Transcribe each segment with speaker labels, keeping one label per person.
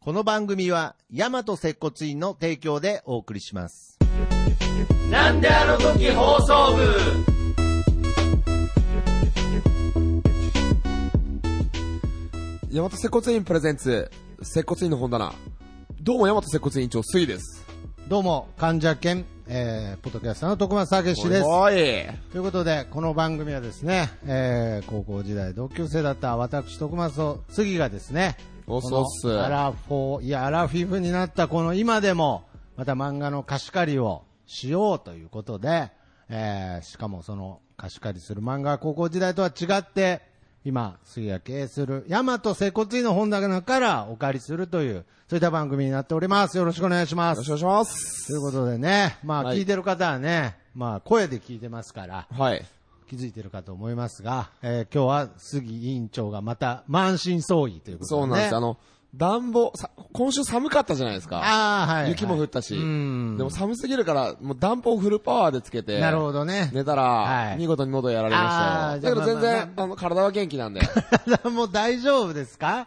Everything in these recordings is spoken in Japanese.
Speaker 1: この番組は、大和接骨院の提供でお送りします。
Speaker 2: なんであの時放送部
Speaker 3: 大和接骨院プレゼンツ、接骨院の本棚。どうも大和接骨院長、スイです。
Speaker 4: どうも、患者兼、えー、ポッドキャスターの徳松武史です。
Speaker 3: おい。
Speaker 4: ということで、この番組はですね、えー、高校時代同級生だった私徳松と次がですね、
Speaker 3: おっ
Speaker 4: こ
Speaker 3: す
Speaker 4: の
Speaker 3: おっす。
Speaker 4: アラフォー、いや、アラフィフになったこの今でも、また漫画の貸し借りをしようということで、えー、しかもその貸し借りする漫画は高校時代とは違って、今、杉谷経営する、大和接骨院の本棚からお借りするという、そういった番組になっております。よろしくお願いします
Speaker 3: よろしく。お願いします。
Speaker 4: ということでね、まあ
Speaker 3: はい
Speaker 4: 聞いてる方はね、まあ声で聞いてますから、
Speaker 3: はい。
Speaker 4: 気づいてるかと思いますが、えー今日は杉委員長がまた満身創痍ということで、ね。
Speaker 3: そうなんです。あの、暖房、さ今週寒かったじゃないですか。
Speaker 4: あーはい、はい。
Speaker 3: 雪も降ったし。で
Speaker 4: うん。
Speaker 3: も寒すぎるから、もう暖房フルパワーでつけて。
Speaker 4: なるほどね。
Speaker 3: 寝た
Speaker 4: は
Speaker 3: ら、
Speaker 4: い
Speaker 3: 見事に喉やられ
Speaker 4: あ
Speaker 3: ま
Speaker 4: ー
Speaker 3: し
Speaker 4: じ
Speaker 3: た
Speaker 4: ゃあ
Speaker 3: よ。だけど
Speaker 4: ま
Speaker 3: 全
Speaker 4: あ
Speaker 3: 然、
Speaker 4: ま
Speaker 3: あの、体は元気 なんで。
Speaker 4: 体も大丈夫ですか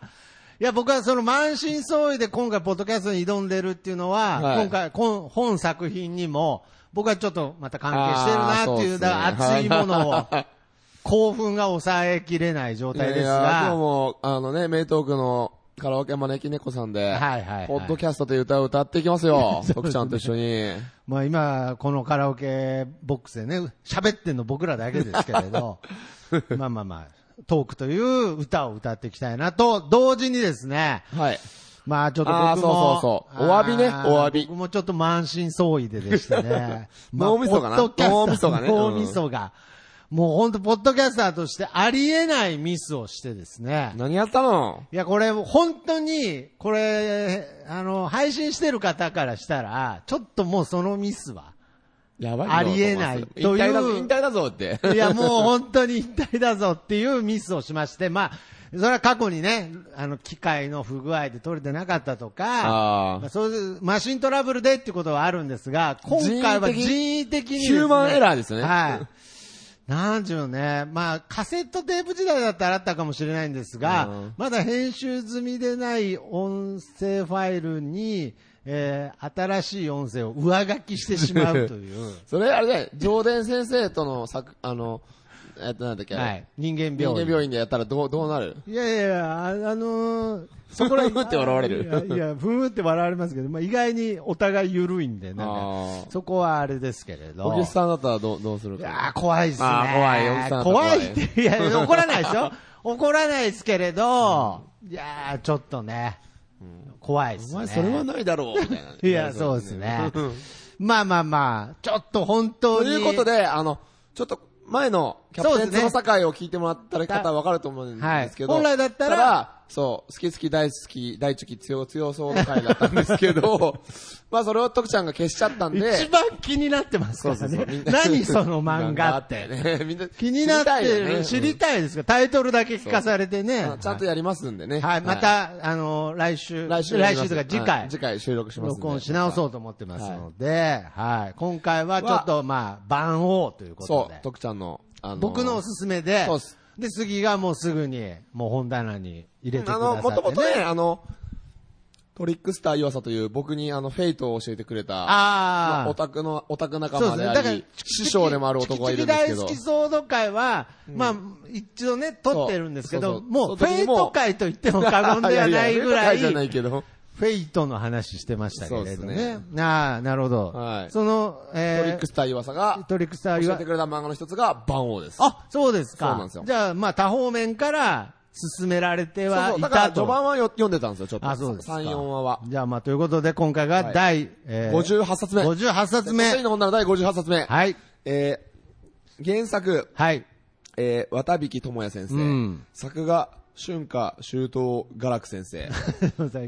Speaker 4: いや、僕はその満身創痍で今回、ポッドキャストに挑んでるっていうのは、
Speaker 3: はい
Speaker 4: 今回こん、本作品にも、僕はちょっとまた関係してるなっていう、
Speaker 3: あーそうっすね
Speaker 4: だから熱いものを、興奮が抑えきれない状態です
Speaker 3: いやいや今日
Speaker 4: が、
Speaker 3: も、あのね、名東区のカラオケ招き猫さんで、
Speaker 4: はいはいはい
Speaker 3: ポッドキャストという歌を歌っていきます よ。徳ちゃんと一緒に。
Speaker 4: まあ今、このカラオケボックスでね、喋ってんの僕らだけですけれ ど、まあまあまあ、トークという歌を歌っていきたいなと、同時にですね、
Speaker 3: はい。
Speaker 4: まあちょっと
Speaker 3: あー
Speaker 4: 僕も、
Speaker 3: そうそうそうお詫びね
Speaker 4: あー
Speaker 3: お詫び
Speaker 4: 僕もちょっと満身創痍ででしたね。まあ
Speaker 3: 脳みそがな
Speaker 4: ポッドキャスター
Speaker 3: 脳みそがねうん
Speaker 4: 脳みそが。もう本当ポッドキャスターとしてありえないミスをしてですね。
Speaker 3: 何やったの
Speaker 4: いや、これ、本当に、これ、あの、配信してる方からしたら、ちょっともうそのミスは。
Speaker 3: やばい
Speaker 4: ありえない
Speaker 3: 引退だ
Speaker 4: と
Speaker 3: ぞ、
Speaker 4: いう
Speaker 3: 引退だぞって。
Speaker 4: いや、もう本当に一体だぞっていうミスをしまして、まあ、それは過去にね、あの、機械の不具合で取れてなかったとか、
Speaker 3: あー
Speaker 4: まあ、そういう、マシントラブルでってことはあるんですが、今回は
Speaker 3: 人為的
Speaker 4: 人為的にです
Speaker 3: ヒ
Speaker 4: ね、
Speaker 3: ューマンエラーですよね
Speaker 4: はい。なんちゅうのね、まあ、カセットテープ時代だったらあったかもしれないんです
Speaker 3: う
Speaker 4: が
Speaker 3: ん、
Speaker 4: まだ編集済みでない音声ファイルに、えー新しい音声を上書きしてしまうと いう。
Speaker 3: それ、あれだよ、上田先生との作、あの、えっと、なんだっけ、
Speaker 4: はい。人間病
Speaker 3: 人
Speaker 4: 院。
Speaker 3: 間病院でやったらどう、どうなる
Speaker 4: いやいやいや、あ、あのー、そこら
Speaker 3: ふーって笑われる
Speaker 4: いやいや、ふーって笑われますけど、まあ、意外にお互い緩いんで、なん
Speaker 3: あ
Speaker 4: か、
Speaker 3: ー
Speaker 4: そこはあれですけれど。
Speaker 3: 小木さんだったらどう、どうする
Speaker 4: いや
Speaker 3: か。
Speaker 4: ー怖いですね。
Speaker 3: あー怖い小木さんだったら
Speaker 4: 怖
Speaker 3: 怖い
Speaker 4: いって、い や、怒らないですよ。怒らないですけれど、いやーちょっとね、怖いですね。
Speaker 3: お前、それはないだろう、みたいな。
Speaker 4: いや、そうですね。まあまあまあ、ちょっと本当
Speaker 3: と
Speaker 4: に。
Speaker 3: いうことで、あの、ちょっと前のキャプテン翼会を聞いてもらった方はわかると思うんですけど、
Speaker 4: はい本来だったら
Speaker 3: そう、好き好き大好き、大好き強強そうの回だったんですけ ど、まあそれを徳ちゃんが消しちゃったんで、
Speaker 4: 一番気になってますからね。何その漫画って。
Speaker 3: ね、みんな
Speaker 4: 気になってる、知り
Speaker 3: たいよ
Speaker 4: た
Speaker 3: ね
Speaker 4: いですけど、タイトルだけ聞かされてね。
Speaker 3: うんあちゃんとやりますんでね。
Speaker 4: はい、また、あの、来週、
Speaker 3: 来週
Speaker 4: 来週とか次
Speaker 3: は
Speaker 4: 回
Speaker 3: い、次回収録しますんで
Speaker 4: 録音し直そうと思ってますので、はい、今回はちょっと、まあ、番王ということ
Speaker 3: そう、
Speaker 4: で、
Speaker 3: 徳ちゃんの、あの
Speaker 4: 僕のおすすめで
Speaker 3: そうっす、
Speaker 4: で、次がもうすぐに、もう本棚に入れてく
Speaker 3: あ
Speaker 4: だ
Speaker 3: の、
Speaker 4: さ
Speaker 3: もと
Speaker 4: っ
Speaker 3: も
Speaker 4: て
Speaker 3: とね、
Speaker 4: ね。
Speaker 3: あの、トリックスター岩佐という僕にあの、フェイトを教えてくれた、ま
Speaker 4: あ
Speaker 3: あ、
Speaker 4: あ
Speaker 3: オ、タクの、オタク仲
Speaker 4: そうで
Speaker 3: 間
Speaker 4: すね。
Speaker 3: で
Speaker 4: だ
Speaker 3: あり、
Speaker 4: から、
Speaker 3: 師匠でもある男がいるんですけど
Speaker 4: チキチキ大好き、ソード会は、まあ、一度ね、撮ってるんですけ
Speaker 3: そ
Speaker 4: ど、
Speaker 3: うそう
Speaker 4: もう、フ
Speaker 3: その時
Speaker 4: ェ
Speaker 3: に
Speaker 4: イ
Speaker 3: も
Speaker 4: ト会と言っても過言ではないぐらい、
Speaker 3: やややフェイト会じゃないけど、
Speaker 4: フェイトの話してましたけれ
Speaker 3: そ
Speaker 4: ど
Speaker 3: うで
Speaker 4: ね。
Speaker 3: す
Speaker 4: ああ、なるほど。
Speaker 3: はい
Speaker 4: その、
Speaker 3: トリ
Speaker 4: え
Speaker 3: ックスター岩佐が
Speaker 4: ー、、トリックスター
Speaker 3: 教え
Speaker 4: 岩
Speaker 3: てくれた漫画の一つが、万王です。
Speaker 4: あ、そうですか。
Speaker 3: そうなんですよ
Speaker 4: じゃあ、まあ、多方面から進められて
Speaker 3: そう
Speaker 4: は
Speaker 3: そう
Speaker 4: い
Speaker 3: だから
Speaker 4: た
Speaker 3: 序
Speaker 4: と。
Speaker 3: 盤はよ読んでたんですよ、ちょっと。
Speaker 4: あ、そうですか。
Speaker 3: 3、4話は。
Speaker 4: じゃあ、まあ、ということで、今回
Speaker 3: は
Speaker 4: が
Speaker 3: い
Speaker 4: 第、えー、
Speaker 3: 58冊目。
Speaker 4: 58冊目
Speaker 3: トリ。の女の第58冊目。
Speaker 4: はい。
Speaker 3: えー、原作、
Speaker 4: はい。
Speaker 3: えー、渡引智也先生。
Speaker 4: うん
Speaker 3: 作画、春夏秋冬画楽 先生。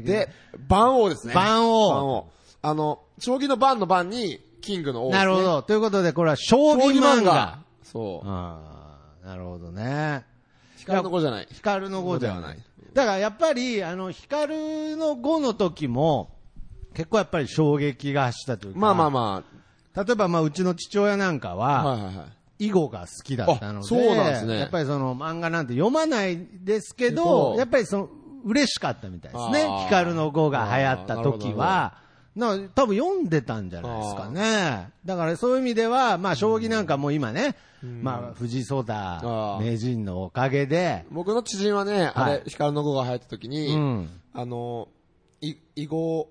Speaker 4: で
Speaker 3: で、、番王ですね。
Speaker 4: 番王
Speaker 3: 番王。あの、将棋の番の番に、キングの王です、ね。
Speaker 4: なるほ。ど。ということで、これは将
Speaker 3: 将
Speaker 4: 棋
Speaker 3: 棋漫
Speaker 4: 漫
Speaker 3: 画
Speaker 4: 画。。
Speaker 3: そう。
Speaker 4: ああ、なるほどね。
Speaker 3: 光の子じゃない。
Speaker 4: 光の碁ではない
Speaker 3: 碁で。
Speaker 4: だからやっぱり、あの、光の碁の時も、結構やっぱり衝撃が走ったというか、
Speaker 3: まあまあま
Speaker 4: 例えばまあうちの父親なんか
Speaker 3: あ。は
Speaker 4: は、
Speaker 3: いはいはい。
Speaker 4: 囲碁が好きだったので、
Speaker 3: あそうなんですね
Speaker 4: やっぱりその漫画なんて読まないですけ
Speaker 3: そ
Speaker 4: ど、
Speaker 3: う
Speaker 4: やっぱりその嬉しかったみたいですね
Speaker 3: あー。
Speaker 4: ヒカルの碁が流行った時は。な多分読んでたんじゃないですかね。だからそういう意味では、まあ将棋なんかもう今ね、まあ藤井聡
Speaker 3: あ
Speaker 4: 太
Speaker 3: ー
Speaker 4: 名人のおかげで、
Speaker 3: 僕の知人はね、あ
Speaker 4: は
Speaker 3: れ、ヒカルの碁が流行った時に、
Speaker 4: うん
Speaker 3: あの、い、囲碁、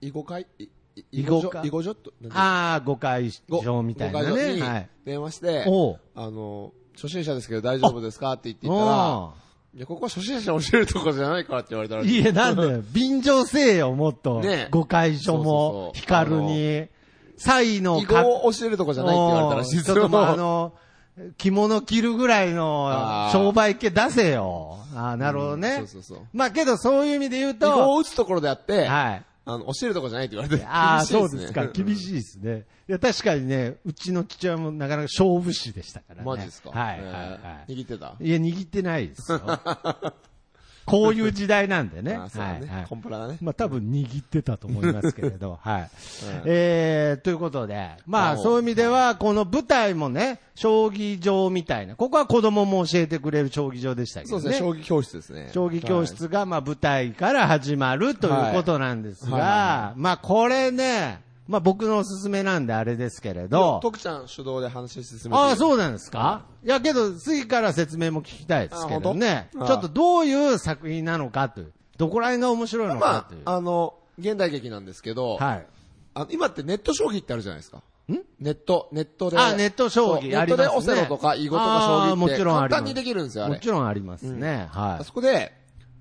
Speaker 3: 囲碁会いい囲
Speaker 4: 囲碁か
Speaker 3: 所囲碁所と、なんて
Speaker 4: ああ、誤解
Speaker 3: 碁
Speaker 4: 上みたいな
Speaker 3: 碁会所
Speaker 4: ね。
Speaker 3: に
Speaker 4: はい。
Speaker 3: 電話して、
Speaker 4: おう
Speaker 3: あの、初心者ですけど大丈夫ですかって言っていったら、
Speaker 4: お
Speaker 3: いや、ここは初心者教えるとこじゃないからって言われたら、
Speaker 4: ういや、なん だよ。便乗せえよ、もっと
Speaker 3: ね。
Speaker 4: 誤解上
Speaker 3: そうそうそ
Speaker 4: も、
Speaker 3: う
Speaker 4: ヒカルに。才能
Speaker 3: 囲碁を教えるとこじゃないって言われたらしい
Speaker 4: うんちょっと もうあの、着物着るぐらいの
Speaker 3: あー
Speaker 4: 商売系出せよ。ああ、なるほどね
Speaker 3: そう。そうそう。
Speaker 4: まあけどそういう意味で言う
Speaker 3: 囲碁
Speaker 4: と、
Speaker 3: を打つところであって、
Speaker 4: はい。
Speaker 3: あの、教えるとこじゃないって言われて、
Speaker 4: ああ、
Speaker 3: 厳しい
Speaker 4: そうですか。厳
Speaker 3: い。
Speaker 4: しいですね。いや、確かにね、うちの父親もなかなか勝負師でしたからね。
Speaker 3: マジですか
Speaker 4: はい、
Speaker 3: え
Speaker 4: はい、
Speaker 3: ー
Speaker 4: はい。
Speaker 3: 握ってた
Speaker 4: いや、握ってないです よ。こういう時代なんでね。
Speaker 3: あーそうだ
Speaker 4: はいは
Speaker 3: ね
Speaker 4: い。
Speaker 3: コンプラだね。
Speaker 4: まあ多分握ってたと思いますけれ ど、はい。
Speaker 3: うん
Speaker 4: えー、ということで、まあ
Speaker 3: おう
Speaker 4: そういう意味では、この舞台もね、将棋場みたいな、ここは子供も教えてくれる将棋場でしたけ
Speaker 3: そ
Speaker 4: ど
Speaker 3: うですね、
Speaker 4: ね。
Speaker 3: 将棋教室ですね。
Speaker 4: 将棋教室が、まあ、舞台から始まるということなんです
Speaker 3: はいはい
Speaker 4: が、まあ、これね、まあ、僕のおすすめなんであれですけれど、
Speaker 3: 徳ちゃん主導で話し進めて。
Speaker 4: ああ、
Speaker 3: う。
Speaker 4: そうなんですかいや、けど、次から説明も聞きたいですけどね、
Speaker 3: あ
Speaker 4: ち
Speaker 3: 本
Speaker 4: ょ
Speaker 3: 当
Speaker 4: っとどういう作品なのかという、どこら辺が面白いのか
Speaker 3: ま
Speaker 4: という。
Speaker 3: あ、あの、現代劇なんですけど、
Speaker 4: はい。
Speaker 3: あの今ってネット将棋ってあるじゃないですか。ネット、ネットで。
Speaker 4: あ、ネット将
Speaker 3: そう
Speaker 4: 棋
Speaker 3: ネ
Speaker 4: あ
Speaker 3: ッ
Speaker 4: り
Speaker 3: ト
Speaker 4: ます
Speaker 3: で
Speaker 4: ね。
Speaker 3: オセロとか囲碁と
Speaker 4: あ
Speaker 3: か
Speaker 4: ー
Speaker 3: 将棋
Speaker 4: も
Speaker 3: って
Speaker 4: ちろんあ
Speaker 3: 簡
Speaker 4: ります
Speaker 3: 単にできるんですよ、あ
Speaker 4: も
Speaker 3: れ
Speaker 4: ち。ろんありますね。は
Speaker 3: あ
Speaker 4: い
Speaker 3: そこで、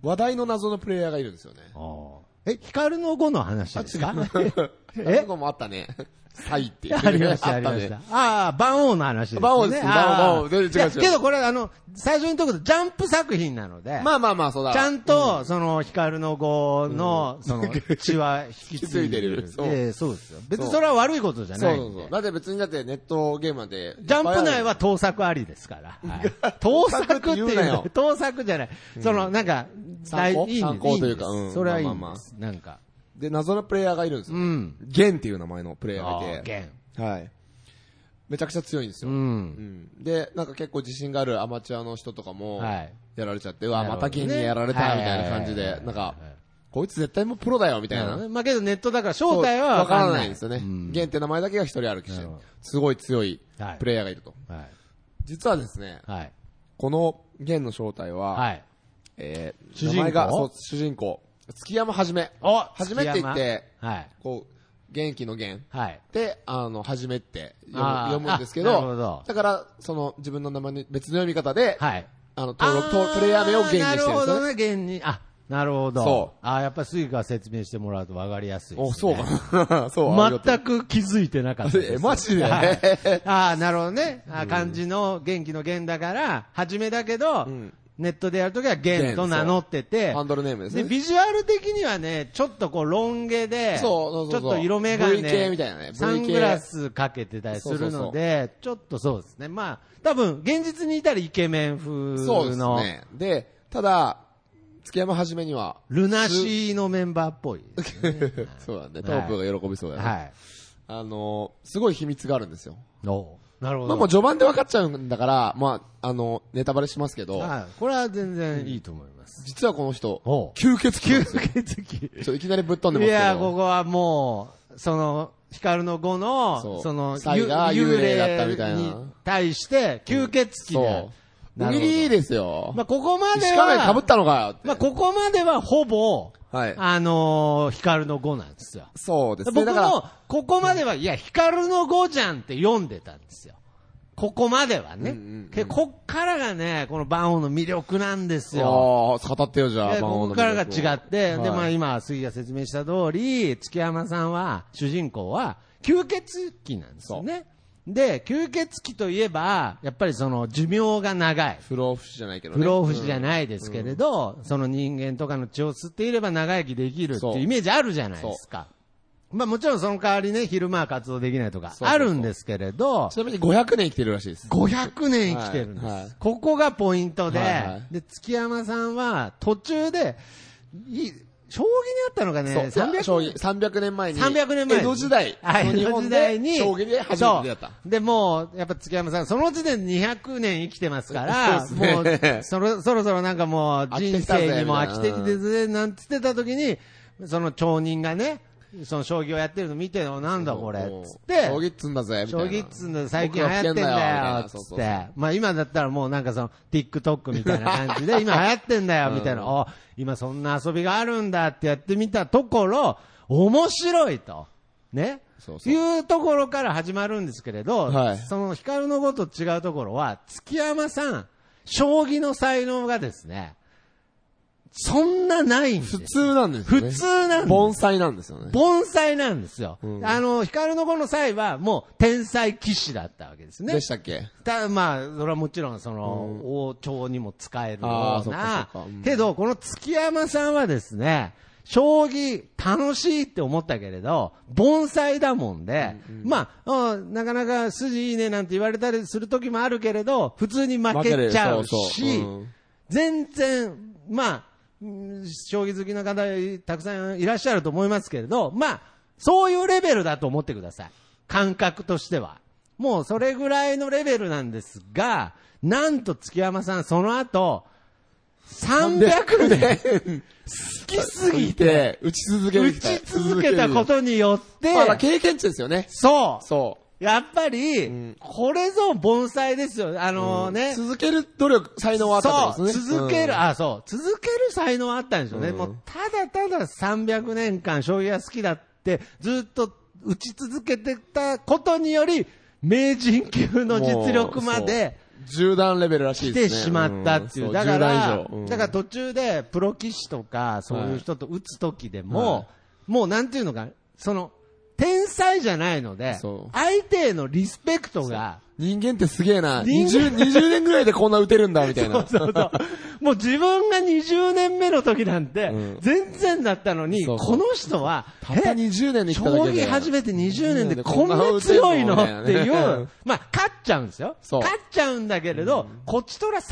Speaker 3: 話題の謎のプレイヤーがいるんですよね。
Speaker 4: あー。え、ヒカルの碁の話ですか
Speaker 3: あそ
Speaker 4: え
Speaker 3: こもあっ たね。サイっていう。
Speaker 4: ありました、あ
Speaker 3: っ
Speaker 4: り
Speaker 3: た
Speaker 4: ま
Speaker 3: ね
Speaker 4: した。ああ、万王の話ですね。
Speaker 3: 万王です
Speaker 4: あー
Speaker 3: 万王万王全然違う
Speaker 4: いやけどこれ、あの、最初にとことジャンプ作品なので、
Speaker 3: まあまあまあ、そうだ。
Speaker 4: ちゃんと、その、ヒカルの碁の、そ の、血は引き継いで
Speaker 3: 引き
Speaker 4: る
Speaker 3: 継い。でる
Speaker 4: ええそうですよ。別にそれは悪いことじゃ
Speaker 3: そ
Speaker 4: な
Speaker 3: う
Speaker 4: い
Speaker 3: そうんそう。
Speaker 4: で。
Speaker 3: だって別にだってネットゲームなんて。
Speaker 4: ジャンプ内は盗作ありです から。はい盗作っていう
Speaker 3: 盗作って言うな
Speaker 4: の
Speaker 3: よ
Speaker 4: は、盗作じゃない。その、なんか、
Speaker 3: 参考
Speaker 4: いいんです
Speaker 3: 参考というか
Speaker 4: ん
Speaker 3: う
Speaker 4: で
Speaker 3: ん
Speaker 4: すそれはいい
Speaker 3: まあ
Speaker 4: ん
Speaker 3: ま
Speaker 4: です。なんか。
Speaker 3: で、謎のプレイヤーがいるんですよ。
Speaker 4: うん。
Speaker 3: ゲンっていう名前のプレイヤーがいて。
Speaker 4: 弦
Speaker 3: はい。めちゃくちゃ強いんです
Speaker 4: う
Speaker 3: よ。
Speaker 4: ん。
Speaker 3: うんで、なんか結構自信があるアマチュアの人とかも、
Speaker 4: はい
Speaker 3: やられちゃって、う
Speaker 4: な
Speaker 3: わ、
Speaker 4: る
Speaker 3: ま
Speaker 4: ほど
Speaker 3: た
Speaker 4: ね
Speaker 3: ゲンにやられた、み
Speaker 4: はい
Speaker 3: たいな感
Speaker 4: は
Speaker 3: じ
Speaker 4: い
Speaker 3: で
Speaker 4: は、い
Speaker 3: なんか、こいつ絶対もうプロだよ、みたいな。
Speaker 4: まあけどネットだから
Speaker 3: そう
Speaker 4: 正体は
Speaker 3: わ
Speaker 4: わ
Speaker 3: から
Speaker 4: かん
Speaker 3: な
Speaker 4: ない
Speaker 3: ん
Speaker 4: い
Speaker 3: ですよね
Speaker 4: うん。
Speaker 3: ゲンって名前だけが一人歩きし
Speaker 4: な
Speaker 3: て
Speaker 4: るほど、
Speaker 3: すごい強い
Speaker 4: はい
Speaker 3: プレイヤーがいると。
Speaker 4: はい。
Speaker 3: 実はですね、
Speaker 4: はい。
Speaker 3: このゲンの正体は、
Speaker 4: はい。
Speaker 3: えー、
Speaker 4: 主人公
Speaker 3: 名前が、そう、主人公。月山はじめ。
Speaker 4: お
Speaker 3: はじめって言って、
Speaker 4: はい。
Speaker 3: こう、元気の元。
Speaker 4: はい。
Speaker 3: で、あの、はじめって読む
Speaker 4: あー
Speaker 3: 読むんですけ
Speaker 4: あ
Speaker 3: ど
Speaker 4: なるほど
Speaker 3: だから、その、自分の名前に別の読み方で、
Speaker 4: はい。
Speaker 3: あの、登録、登プレイヤー名を元にしてるんで
Speaker 4: なるほ
Speaker 3: すよ
Speaker 4: ど
Speaker 3: ね。
Speaker 4: ね、原に。あ、なるほど。
Speaker 3: そう
Speaker 4: あやっぱスイカ説明してもらうとわかりやすいです、ね。
Speaker 3: お、そうかな。 そう、ありがとう
Speaker 4: 全く気づいてなかったです。
Speaker 3: えマジで
Speaker 4: はいああ、なるほどね。あー漢字の元気の元だから、初めだけど、
Speaker 3: ん
Speaker 4: ネットでやるときは元と名乗ってて、
Speaker 3: ハンドルネームです
Speaker 4: で、
Speaker 3: ね。
Speaker 4: ビジュアル的にはね、ちょっとこう、ロン毛で、
Speaker 3: そうそうそうそう
Speaker 4: ちょっと色眼鏡、
Speaker 3: V 系みたいなね V 系
Speaker 4: サングラスかけてたりするので、ちょっとそうですね。まあ、多分、現実にいたらイケメン風
Speaker 3: そうです
Speaker 4: の、
Speaker 3: ね。で、ただ、月山はじめには、
Speaker 4: ルナシーのメンバーっ ぽいですね、
Speaker 3: そうだね、トープが喜びそうだね。
Speaker 4: はい。
Speaker 3: あの、すごい秘密があるんですよ。
Speaker 4: おなるほ
Speaker 3: まあ
Speaker 4: ど。
Speaker 3: もう序盤で分かっちゃうんだから、まあ、あの、ネタバレしますけど、
Speaker 4: はいこれは全然いいと思います。
Speaker 3: 実はこの人、
Speaker 4: お
Speaker 3: 吸血鬼なんです
Speaker 4: 血
Speaker 3: よ。
Speaker 4: 鬼
Speaker 3: ちょっといきなりぶっ飛んでます
Speaker 4: い
Speaker 3: けど。
Speaker 4: や、ここはもう、その、光の語の、
Speaker 3: そう
Speaker 4: その、
Speaker 3: サイが幽霊だったみたいな
Speaker 4: に対して、吸血鬼で
Speaker 3: そ。う。
Speaker 4: な
Speaker 3: ウ
Speaker 4: る
Speaker 3: ギ
Speaker 4: ほど
Speaker 3: リですよ。
Speaker 4: まあ、ここまで
Speaker 3: しかも被
Speaker 4: は
Speaker 3: っ、たのかよって。
Speaker 4: まあ、ここまではほぼ、
Speaker 3: はい
Speaker 4: あのー、光の語なんですよ。
Speaker 3: そうですね。
Speaker 4: 僕
Speaker 3: だから
Speaker 4: も、ここまでは、いや、光の語じゃんって読んでたんですよ。ここまではね。
Speaker 3: うんうんうん
Speaker 4: けどこっからがね、この万王の魅力なんですよ。
Speaker 3: ああ、語ってよ、じゃあ。
Speaker 4: で
Speaker 3: 魔王
Speaker 4: こ
Speaker 3: の
Speaker 4: こ
Speaker 3: 魅力
Speaker 4: か
Speaker 3: を
Speaker 4: らが違って、
Speaker 3: はい
Speaker 4: で、まあ今、杉が説明した通り、月山さんは、主人公は、吸血鬼なんですよね。で、吸血鬼といえば、やっぱりその、寿命が長い。
Speaker 3: 不老不死じゃないけどね。
Speaker 4: 不老不死じゃないですけれど、その人間とかの血を吸っていれば長生きできるって
Speaker 3: そう
Speaker 4: いうイメージあるじゃないですか。まあもちろんその代わりね、昼間は活動できないとかあるんですけれど、
Speaker 3: ちなみに500年生きてるらしいです。
Speaker 4: 500年生きてるんです。
Speaker 3: はいはい
Speaker 4: ここがポイントで、
Speaker 3: はいはい
Speaker 4: で、月山さんは途中で、いい将棋にあったのがね、
Speaker 3: そう、
Speaker 4: 300
Speaker 3: 将棋300年前に。
Speaker 4: 300年前
Speaker 3: 江戸時代。
Speaker 4: はい、
Speaker 3: 日
Speaker 4: 江戸
Speaker 3: 本
Speaker 4: 時
Speaker 3: で
Speaker 4: 代に。
Speaker 3: 将棋で初めて出会った。
Speaker 4: そうで、もう、やっぱ月山さん、その時点で200年生きてますから、
Speaker 3: そうですね
Speaker 4: もう、そろ、そろそろなんかもう、
Speaker 3: 飽き
Speaker 4: 人
Speaker 3: てきたぜ
Speaker 4: 生にも
Speaker 3: み
Speaker 4: 飽
Speaker 3: たいな
Speaker 4: きてきてぜ、なんつってた時に、その町人がね、その将棋をやってるの見て、なんだこれ、つって、
Speaker 3: 将棋っつんだぜ、みたい
Speaker 4: 将
Speaker 3: な。
Speaker 4: 棋っつうの最近流行ってん
Speaker 3: 僕ら
Speaker 4: だ
Speaker 3: は
Speaker 4: よ、
Speaker 3: 好きなんだよみたいなそう
Speaker 4: つっ
Speaker 3: そうそう
Speaker 4: て。まあ今だったらもうなんかその TikTok みたいな感 じで、今流行ってんだよ、みたいな。お、今そんな遊びがあるんだってやってみたところ、面白いと。ね
Speaker 3: そうそう
Speaker 4: いうところから始まるんですけれど、
Speaker 3: はい
Speaker 4: その光のごと違うところは、月山さん、将棋の才能がですね、そんなないんです。
Speaker 3: 普通なんですよね。
Speaker 4: 普通なんです
Speaker 3: 盆栽なんですよね。
Speaker 4: 盆栽なんですよ。
Speaker 3: うん
Speaker 4: あの、光の子の際は、もう、天才棋士だったわけですね。
Speaker 3: でしたっけ
Speaker 4: たまあ、それはもちろん、その、王朝にも使えるよ
Speaker 3: あー
Speaker 4: う
Speaker 3: そっか
Speaker 4: な
Speaker 3: そっかうん、
Speaker 4: けど、この月山さんはですね、将棋楽しいって思ったけれど、盆栽だもんで、まあうん、なかなか筋いいねなんて言われたりする時もあるけれど、普通に負けちゃう
Speaker 3: 負けるそう
Speaker 4: し
Speaker 3: そううん、
Speaker 4: 全然、まあ、うん将棋好きな方、たくさんいらっしゃると思いますけれど、まあ、そういうレベルだと思ってください。感覚としては。もうそれぐらいのレベルなんですが、なんと月山さん、その後、300年
Speaker 3: 年
Speaker 4: 好きすぎて、
Speaker 3: で、打ち続け
Speaker 4: 打
Speaker 3: る人
Speaker 4: ち続けたこ。とによって、
Speaker 3: まあ、経験値ですよね。
Speaker 4: そう
Speaker 3: そ
Speaker 4: やっぱり、
Speaker 3: ん
Speaker 4: これぞ盆栽ですよ。あの
Speaker 3: う。
Speaker 4: ね、
Speaker 3: 続ける努力、才能はあったってこと
Speaker 4: そう、
Speaker 3: ですね。
Speaker 4: 続ける、
Speaker 3: うん
Speaker 4: あ、そう、続ける才能はあったんでしょうね。
Speaker 3: うん
Speaker 4: もう、ただただ300年間将棋が好きだって、ずっと打ち続けてたことにより、名人級の実力まで、
Speaker 3: 十段レベルらしい
Speaker 4: 来
Speaker 3: で
Speaker 4: て
Speaker 3: すね。
Speaker 4: しまったっていう。
Speaker 3: ん
Speaker 4: だか
Speaker 3: そう
Speaker 4: ら
Speaker 3: 10段以上うん、
Speaker 4: だから途中でプロ棋士とか、そういう人と打つ時でも、もうなんていうのか、その、天才じゃないので
Speaker 3: そ、う
Speaker 4: 相手へのリスペクトが、
Speaker 3: 人間ってすげえな。
Speaker 4: 人間
Speaker 3: 20、20年ぐらいでこんな打てるんだ、みたいな。
Speaker 4: そうそう。もう自分が20年目の時なんて
Speaker 3: うん、
Speaker 4: 全然だったのに、
Speaker 3: そうそ
Speaker 4: こ
Speaker 3: う
Speaker 4: の人は、
Speaker 3: たった
Speaker 4: え
Speaker 3: 20年で来
Speaker 4: 将
Speaker 3: ただけで。
Speaker 4: 棋始めて20年でこん
Speaker 3: こんな
Speaker 4: な
Speaker 3: 打てんの
Speaker 4: 強いの
Speaker 3: みたいな
Speaker 4: っ
Speaker 3: ね、
Speaker 4: ていううんまあ、勝っちゃうんですよ。
Speaker 3: そう
Speaker 4: 勝っちゃうんだけれど、こっちとら300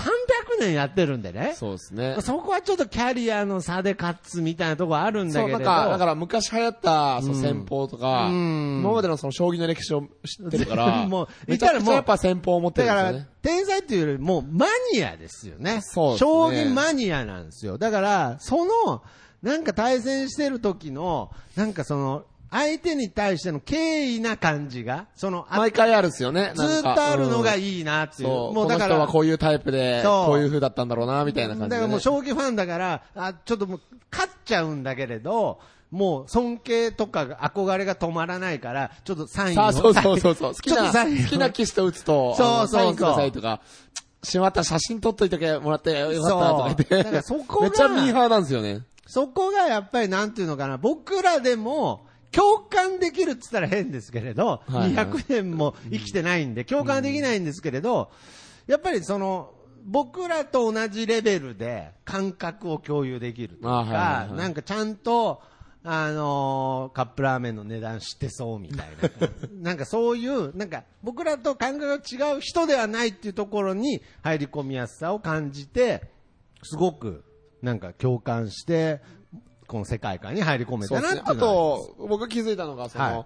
Speaker 4: 年やってるんでね。
Speaker 3: そうですね。
Speaker 4: そこはちょっとキャリアの差で勝つみたいなとこあるんだ
Speaker 3: そう、
Speaker 4: けれ
Speaker 3: なん
Speaker 4: ど。
Speaker 3: か、だから昔流行った、その戦法とか、
Speaker 4: うん
Speaker 3: 今までのその将棋の歴史を知ってるから、
Speaker 4: もう
Speaker 3: めちゃく
Speaker 4: 言ったら
Speaker 3: ち
Speaker 4: も
Speaker 3: ゃ
Speaker 4: う
Speaker 3: やっぱ戦法を持って
Speaker 4: だ
Speaker 3: るん
Speaker 4: か
Speaker 3: です
Speaker 4: ら
Speaker 3: よね。、
Speaker 4: 天才っていうよりも、マニアですよね。
Speaker 3: そうですね
Speaker 4: 将棋マニアなんですよ。だから、その、なんか対戦してる時の、なんかその、相手に対しての敬意な感じが、その、あ
Speaker 3: 毎回あるんですよね。
Speaker 4: ずーっとあるのが
Speaker 3: い。
Speaker 4: いいなっていう。
Speaker 3: そう。
Speaker 4: もうだか
Speaker 3: この
Speaker 4: ら、
Speaker 3: 人はこういうタイプで、
Speaker 4: そう
Speaker 3: こういう風だったんだろうな、みたいな感じで、ね。
Speaker 4: だからもう将棋ファンだから、あ、ちょっともう、勝っちゃうんだけれど、もう尊敬とかが憧れが止まらないから、ちょっとサイン
Speaker 3: さ
Speaker 4: を。
Speaker 3: あ、そうそうそうそう。好き
Speaker 4: ちょっ
Speaker 3: な、
Speaker 4: とサインを
Speaker 3: 好きな騎士と打つと、
Speaker 4: そう
Speaker 3: あの
Speaker 4: そうそう
Speaker 3: サインくださいとか、しまった写真撮っといてもらってよかったと
Speaker 4: そう
Speaker 3: か言
Speaker 4: だ
Speaker 3: っ
Speaker 4: か
Speaker 3: て。
Speaker 4: らそこが
Speaker 3: めっちゃミーハーなんですよね。
Speaker 4: そこがやっぱりなんていうのかな、僕らでも、共感できるって言ったら変ですけれど、
Speaker 3: はいはい
Speaker 4: 200年も生きてないんで、共感はできないんですけれど、やっぱりその、僕らと同じレベルで感覚を共有できると
Speaker 3: あはいはい
Speaker 4: か
Speaker 3: は、い
Speaker 4: なんかちゃんと、あのーカップラーメンの値段知ってそうみたい な。なんかそういう、なんか僕らと感覚が違う人ではないっていうところに入り込みやすさを感じて、すごくなんか共感して、この世界観に入り込め
Speaker 3: そう
Speaker 4: た
Speaker 3: で
Speaker 4: なっ
Speaker 3: す
Speaker 4: てい
Speaker 3: ね
Speaker 4: うのは
Speaker 3: あと、僕気づいたのが、その、
Speaker 4: はい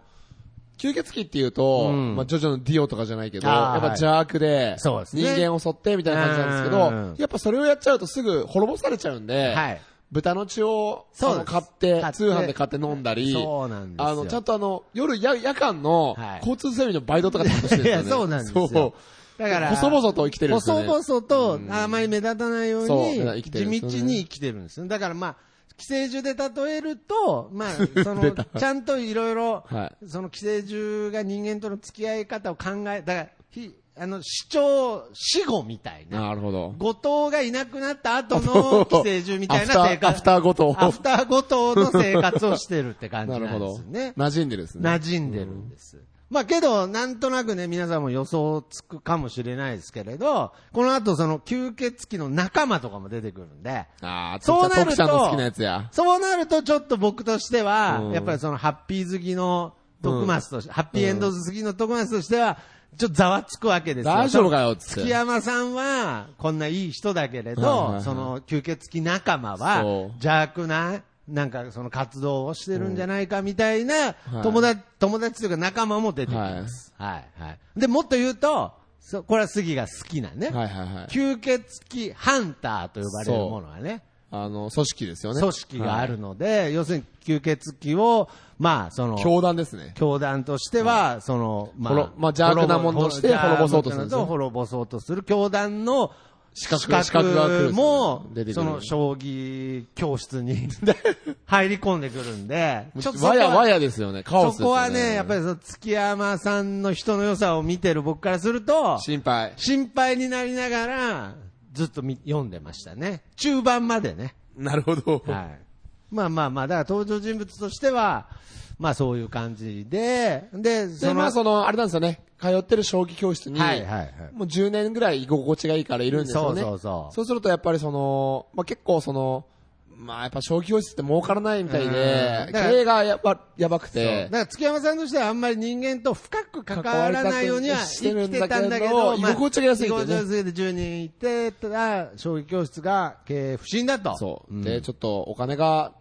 Speaker 3: 吸血鬼っていうと、
Speaker 4: うん
Speaker 3: まあ、ジョジョのディオとかじゃないけど、
Speaker 4: あー
Speaker 3: やっぱ邪悪で、
Speaker 4: そうですね
Speaker 3: 人間を襲ってみたいな感じなんですけど、
Speaker 4: うん
Speaker 3: やっぱそれをやっちゃうとすぐ滅ぼされちゃうんで、
Speaker 4: はい
Speaker 3: 豚の血を、
Speaker 4: そう
Speaker 3: あの
Speaker 4: です
Speaker 3: 買って
Speaker 4: 買って
Speaker 3: 通販で買って飲んだり、
Speaker 4: そうなんですよ
Speaker 3: あの、ちゃんとあの、夜、や夜間の
Speaker 4: はい
Speaker 3: 交通整備のバイトとかちゃんとしてるんですよ、
Speaker 4: い
Speaker 3: ね。
Speaker 4: やそうなんですよ
Speaker 3: そう
Speaker 4: だから、
Speaker 3: 細々と生きてるんですよね。
Speaker 4: 細々と、あまり目立たないよう
Speaker 3: そう
Speaker 4: に、
Speaker 3: 生きてるんです
Speaker 4: 地
Speaker 3: よね
Speaker 4: 道に生きてるんですよ。だからまあ、寄生獣で例えると、 まあ、その、ちゃんといろいろ
Speaker 3: は、
Speaker 4: その寄生獣が人間との付き合い方を考え、だから、ひあの、主張、死後みたいな。
Speaker 3: なるほど。
Speaker 4: 後藤がいなくなった後 の寄生獣みたいな生活。
Speaker 3: アフターアフター後
Speaker 4: アフ
Speaker 3: 藤
Speaker 4: ター後藤の生活をしてるって感じな
Speaker 3: なんるほ
Speaker 4: です
Speaker 3: ど
Speaker 4: よ。ね。
Speaker 3: 馴染んでるですね。
Speaker 4: 馴染んでるんです。まあけど、なんとなくね、皆さんも予想つくかもしれないですけれど、この後その吸血鬼の仲間とかも出てくるんで、
Speaker 3: ああ、
Speaker 4: そう
Speaker 3: 徳
Speaker 4: なると
Speaker 3: ちゃんの好きなやつや。
Speaker 4: そうなるとちょっと僕としては、
Speaker 3: うん
Speaker 4: やっぱりそのハッピー好きの徳松として、ハッピーエンド好きの徳松としては、ちょっとざわつくわけですよ。
Speaker 3: 大丈夫かよっつって
Speaker 4: 月山さんは、こんないい人だけれ
Speaker 3: はいはいは
Speaker 4: ど、
Speaker 3: い
Speaker 4: その吸血鬼仲間は
Speaker 3: そう、
Speaker 4: 邪悪な、なんかその活動をしてるんじゃないかみたいな
Speaker 3: うん
Speaker 4: 友達、友達というか仲間も出てきます。はい、はい。で、もっと言うと、そこれは杉が好きなね、
Speaker 3: はいはいはい。
Speaker 4: 吸血鬼ハンターと呼ばれるものはね、
Speaker 3: あの、組織ですよね。
Speaker 4: 組織があ
Speaker 3: は
Speaker 4: るので、要するに吸血鬼を、まあ、その
Speaker 3: い。、教団ですね。
Speaker 4: 教団としては、その、ま
Speaker 3: ほろまあ邪悪なものとして滅ぼそうとするんです
Speaker 4: 邪悪なも
Speaker 3: ね
Speaker 4: のと滅ぼそうとする教団の資
Speaker 3: 格
Speaker 4: 格
Speaker 3: 資格が来るんですね
Speaker 4: も
Speaker 3: 出てく、る
Speaker 4: その、将棋教室 に入り込んでくるんで、そこは
Speaker 3: わやわやですよね。カオス
Speaker 4: そ
Speaker 3: ですよ
Speaker 4: こはね、やっぱりその月山さんの人の良さを見てる僕からすると、
Speaker 3: 心配。
Speaker 4: 心配になりながら、ずっとみ読んでましたね。中盤までね。
Speaker 3: なるほど。
Speaker 4: はい、まあまあまあ、だから登場人物としては、まあそういう感じで、で、
Speaker 3: で、まあ、その、あれなんですよね。通ってる将棋教室に、
Speaker 4: はいはいはい
Speaker 3: もう10年ぐらい居心地がいいからいるんですよね。
Speaker 4: そうそうそう
Speaker 3: すると、やっぱりその、まあ結構その、まあやっぱ将棋教室って儲からないみた
Speaker 4: う、
Speaker 3: いで
Speaker 4: んだから
Speaker 3: 経営がやば、やばく
Speaker 4: だ
Speaker 3: て
Speaker 4: か、ら月山さんとしてはあんまり人間と深く関わらないようには
Speaker 3: 関わ
Speaker 4: 生きて
Speaker 3: りたくして
Speaker 4: た
Speaker 3: るん
Speaker 4: ん
Speaker 3: だ
Speaker 4: だ
Speaker 3: け
Speaker 4: け
Speaker 3: ど
Speaker 4: ど、
Speaker 3: 居心地が安いんだよね
Speaker 4: 居心地が安いで10人いて、ただ、将棋教室が経営不振だと。
Speaker 3: そう、
Speaker 4: ん
Speaker 3: で、ちょっとお金が、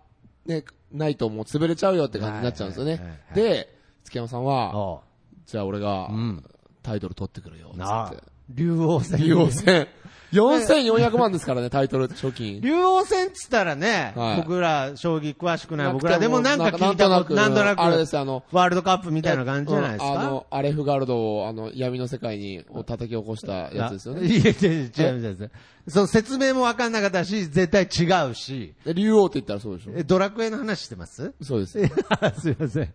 Speaker 3: ね、ないともう潰れちゃうよって感じになっちゃうんですよ
Speaker 4: はいはい
Speaker 3: ね
Speaker 4: はい。はい
Speaker 3: で、月山さんは、
Speaker 4: そ
Speaker 3: じゃあ俺が
Speaker 4: う。う、ん。
Speaker 3: タイトル取ってくるよ、つ
Speaker 4: な
Speaker 3: っ
Speaker 4: あ
Speaker 3: て。。
Speaker 4: 竜王戦。
Speaker 3: 竜王。戦。4400万ですからね、タイトル貯金。
Speaker 4: 竜王戦っつったらね、
Speaker 3: はい
Speaker 4: 僕ら、将棋詳しくない僕らでもなんか聞いたこと、
Speaker 3: な
Speaker 4: なんん
Speaker 3: と
Speaker 4: と
Speaker 3: な
Speaker 4: な
Speaker 3: く
Speaker 4: く、
Speaker 3: あれですあの
Speaker 4: ワールドカップみたいな感じじゃないですか。
Speaker 3: うんあの、アレフガルドを、あの、闇の世界に、を叩き起こしたやつですよね。
Speaker 4: いやいやいや違う違う違う。その説明も分かんなかったし、絶対違うし、
Speaker 3: で竜王って言ったらそうでし
Speaker 4: えドラクエの話してます
Speaker 3: ょそうです。
Speaker 4: いや すいません。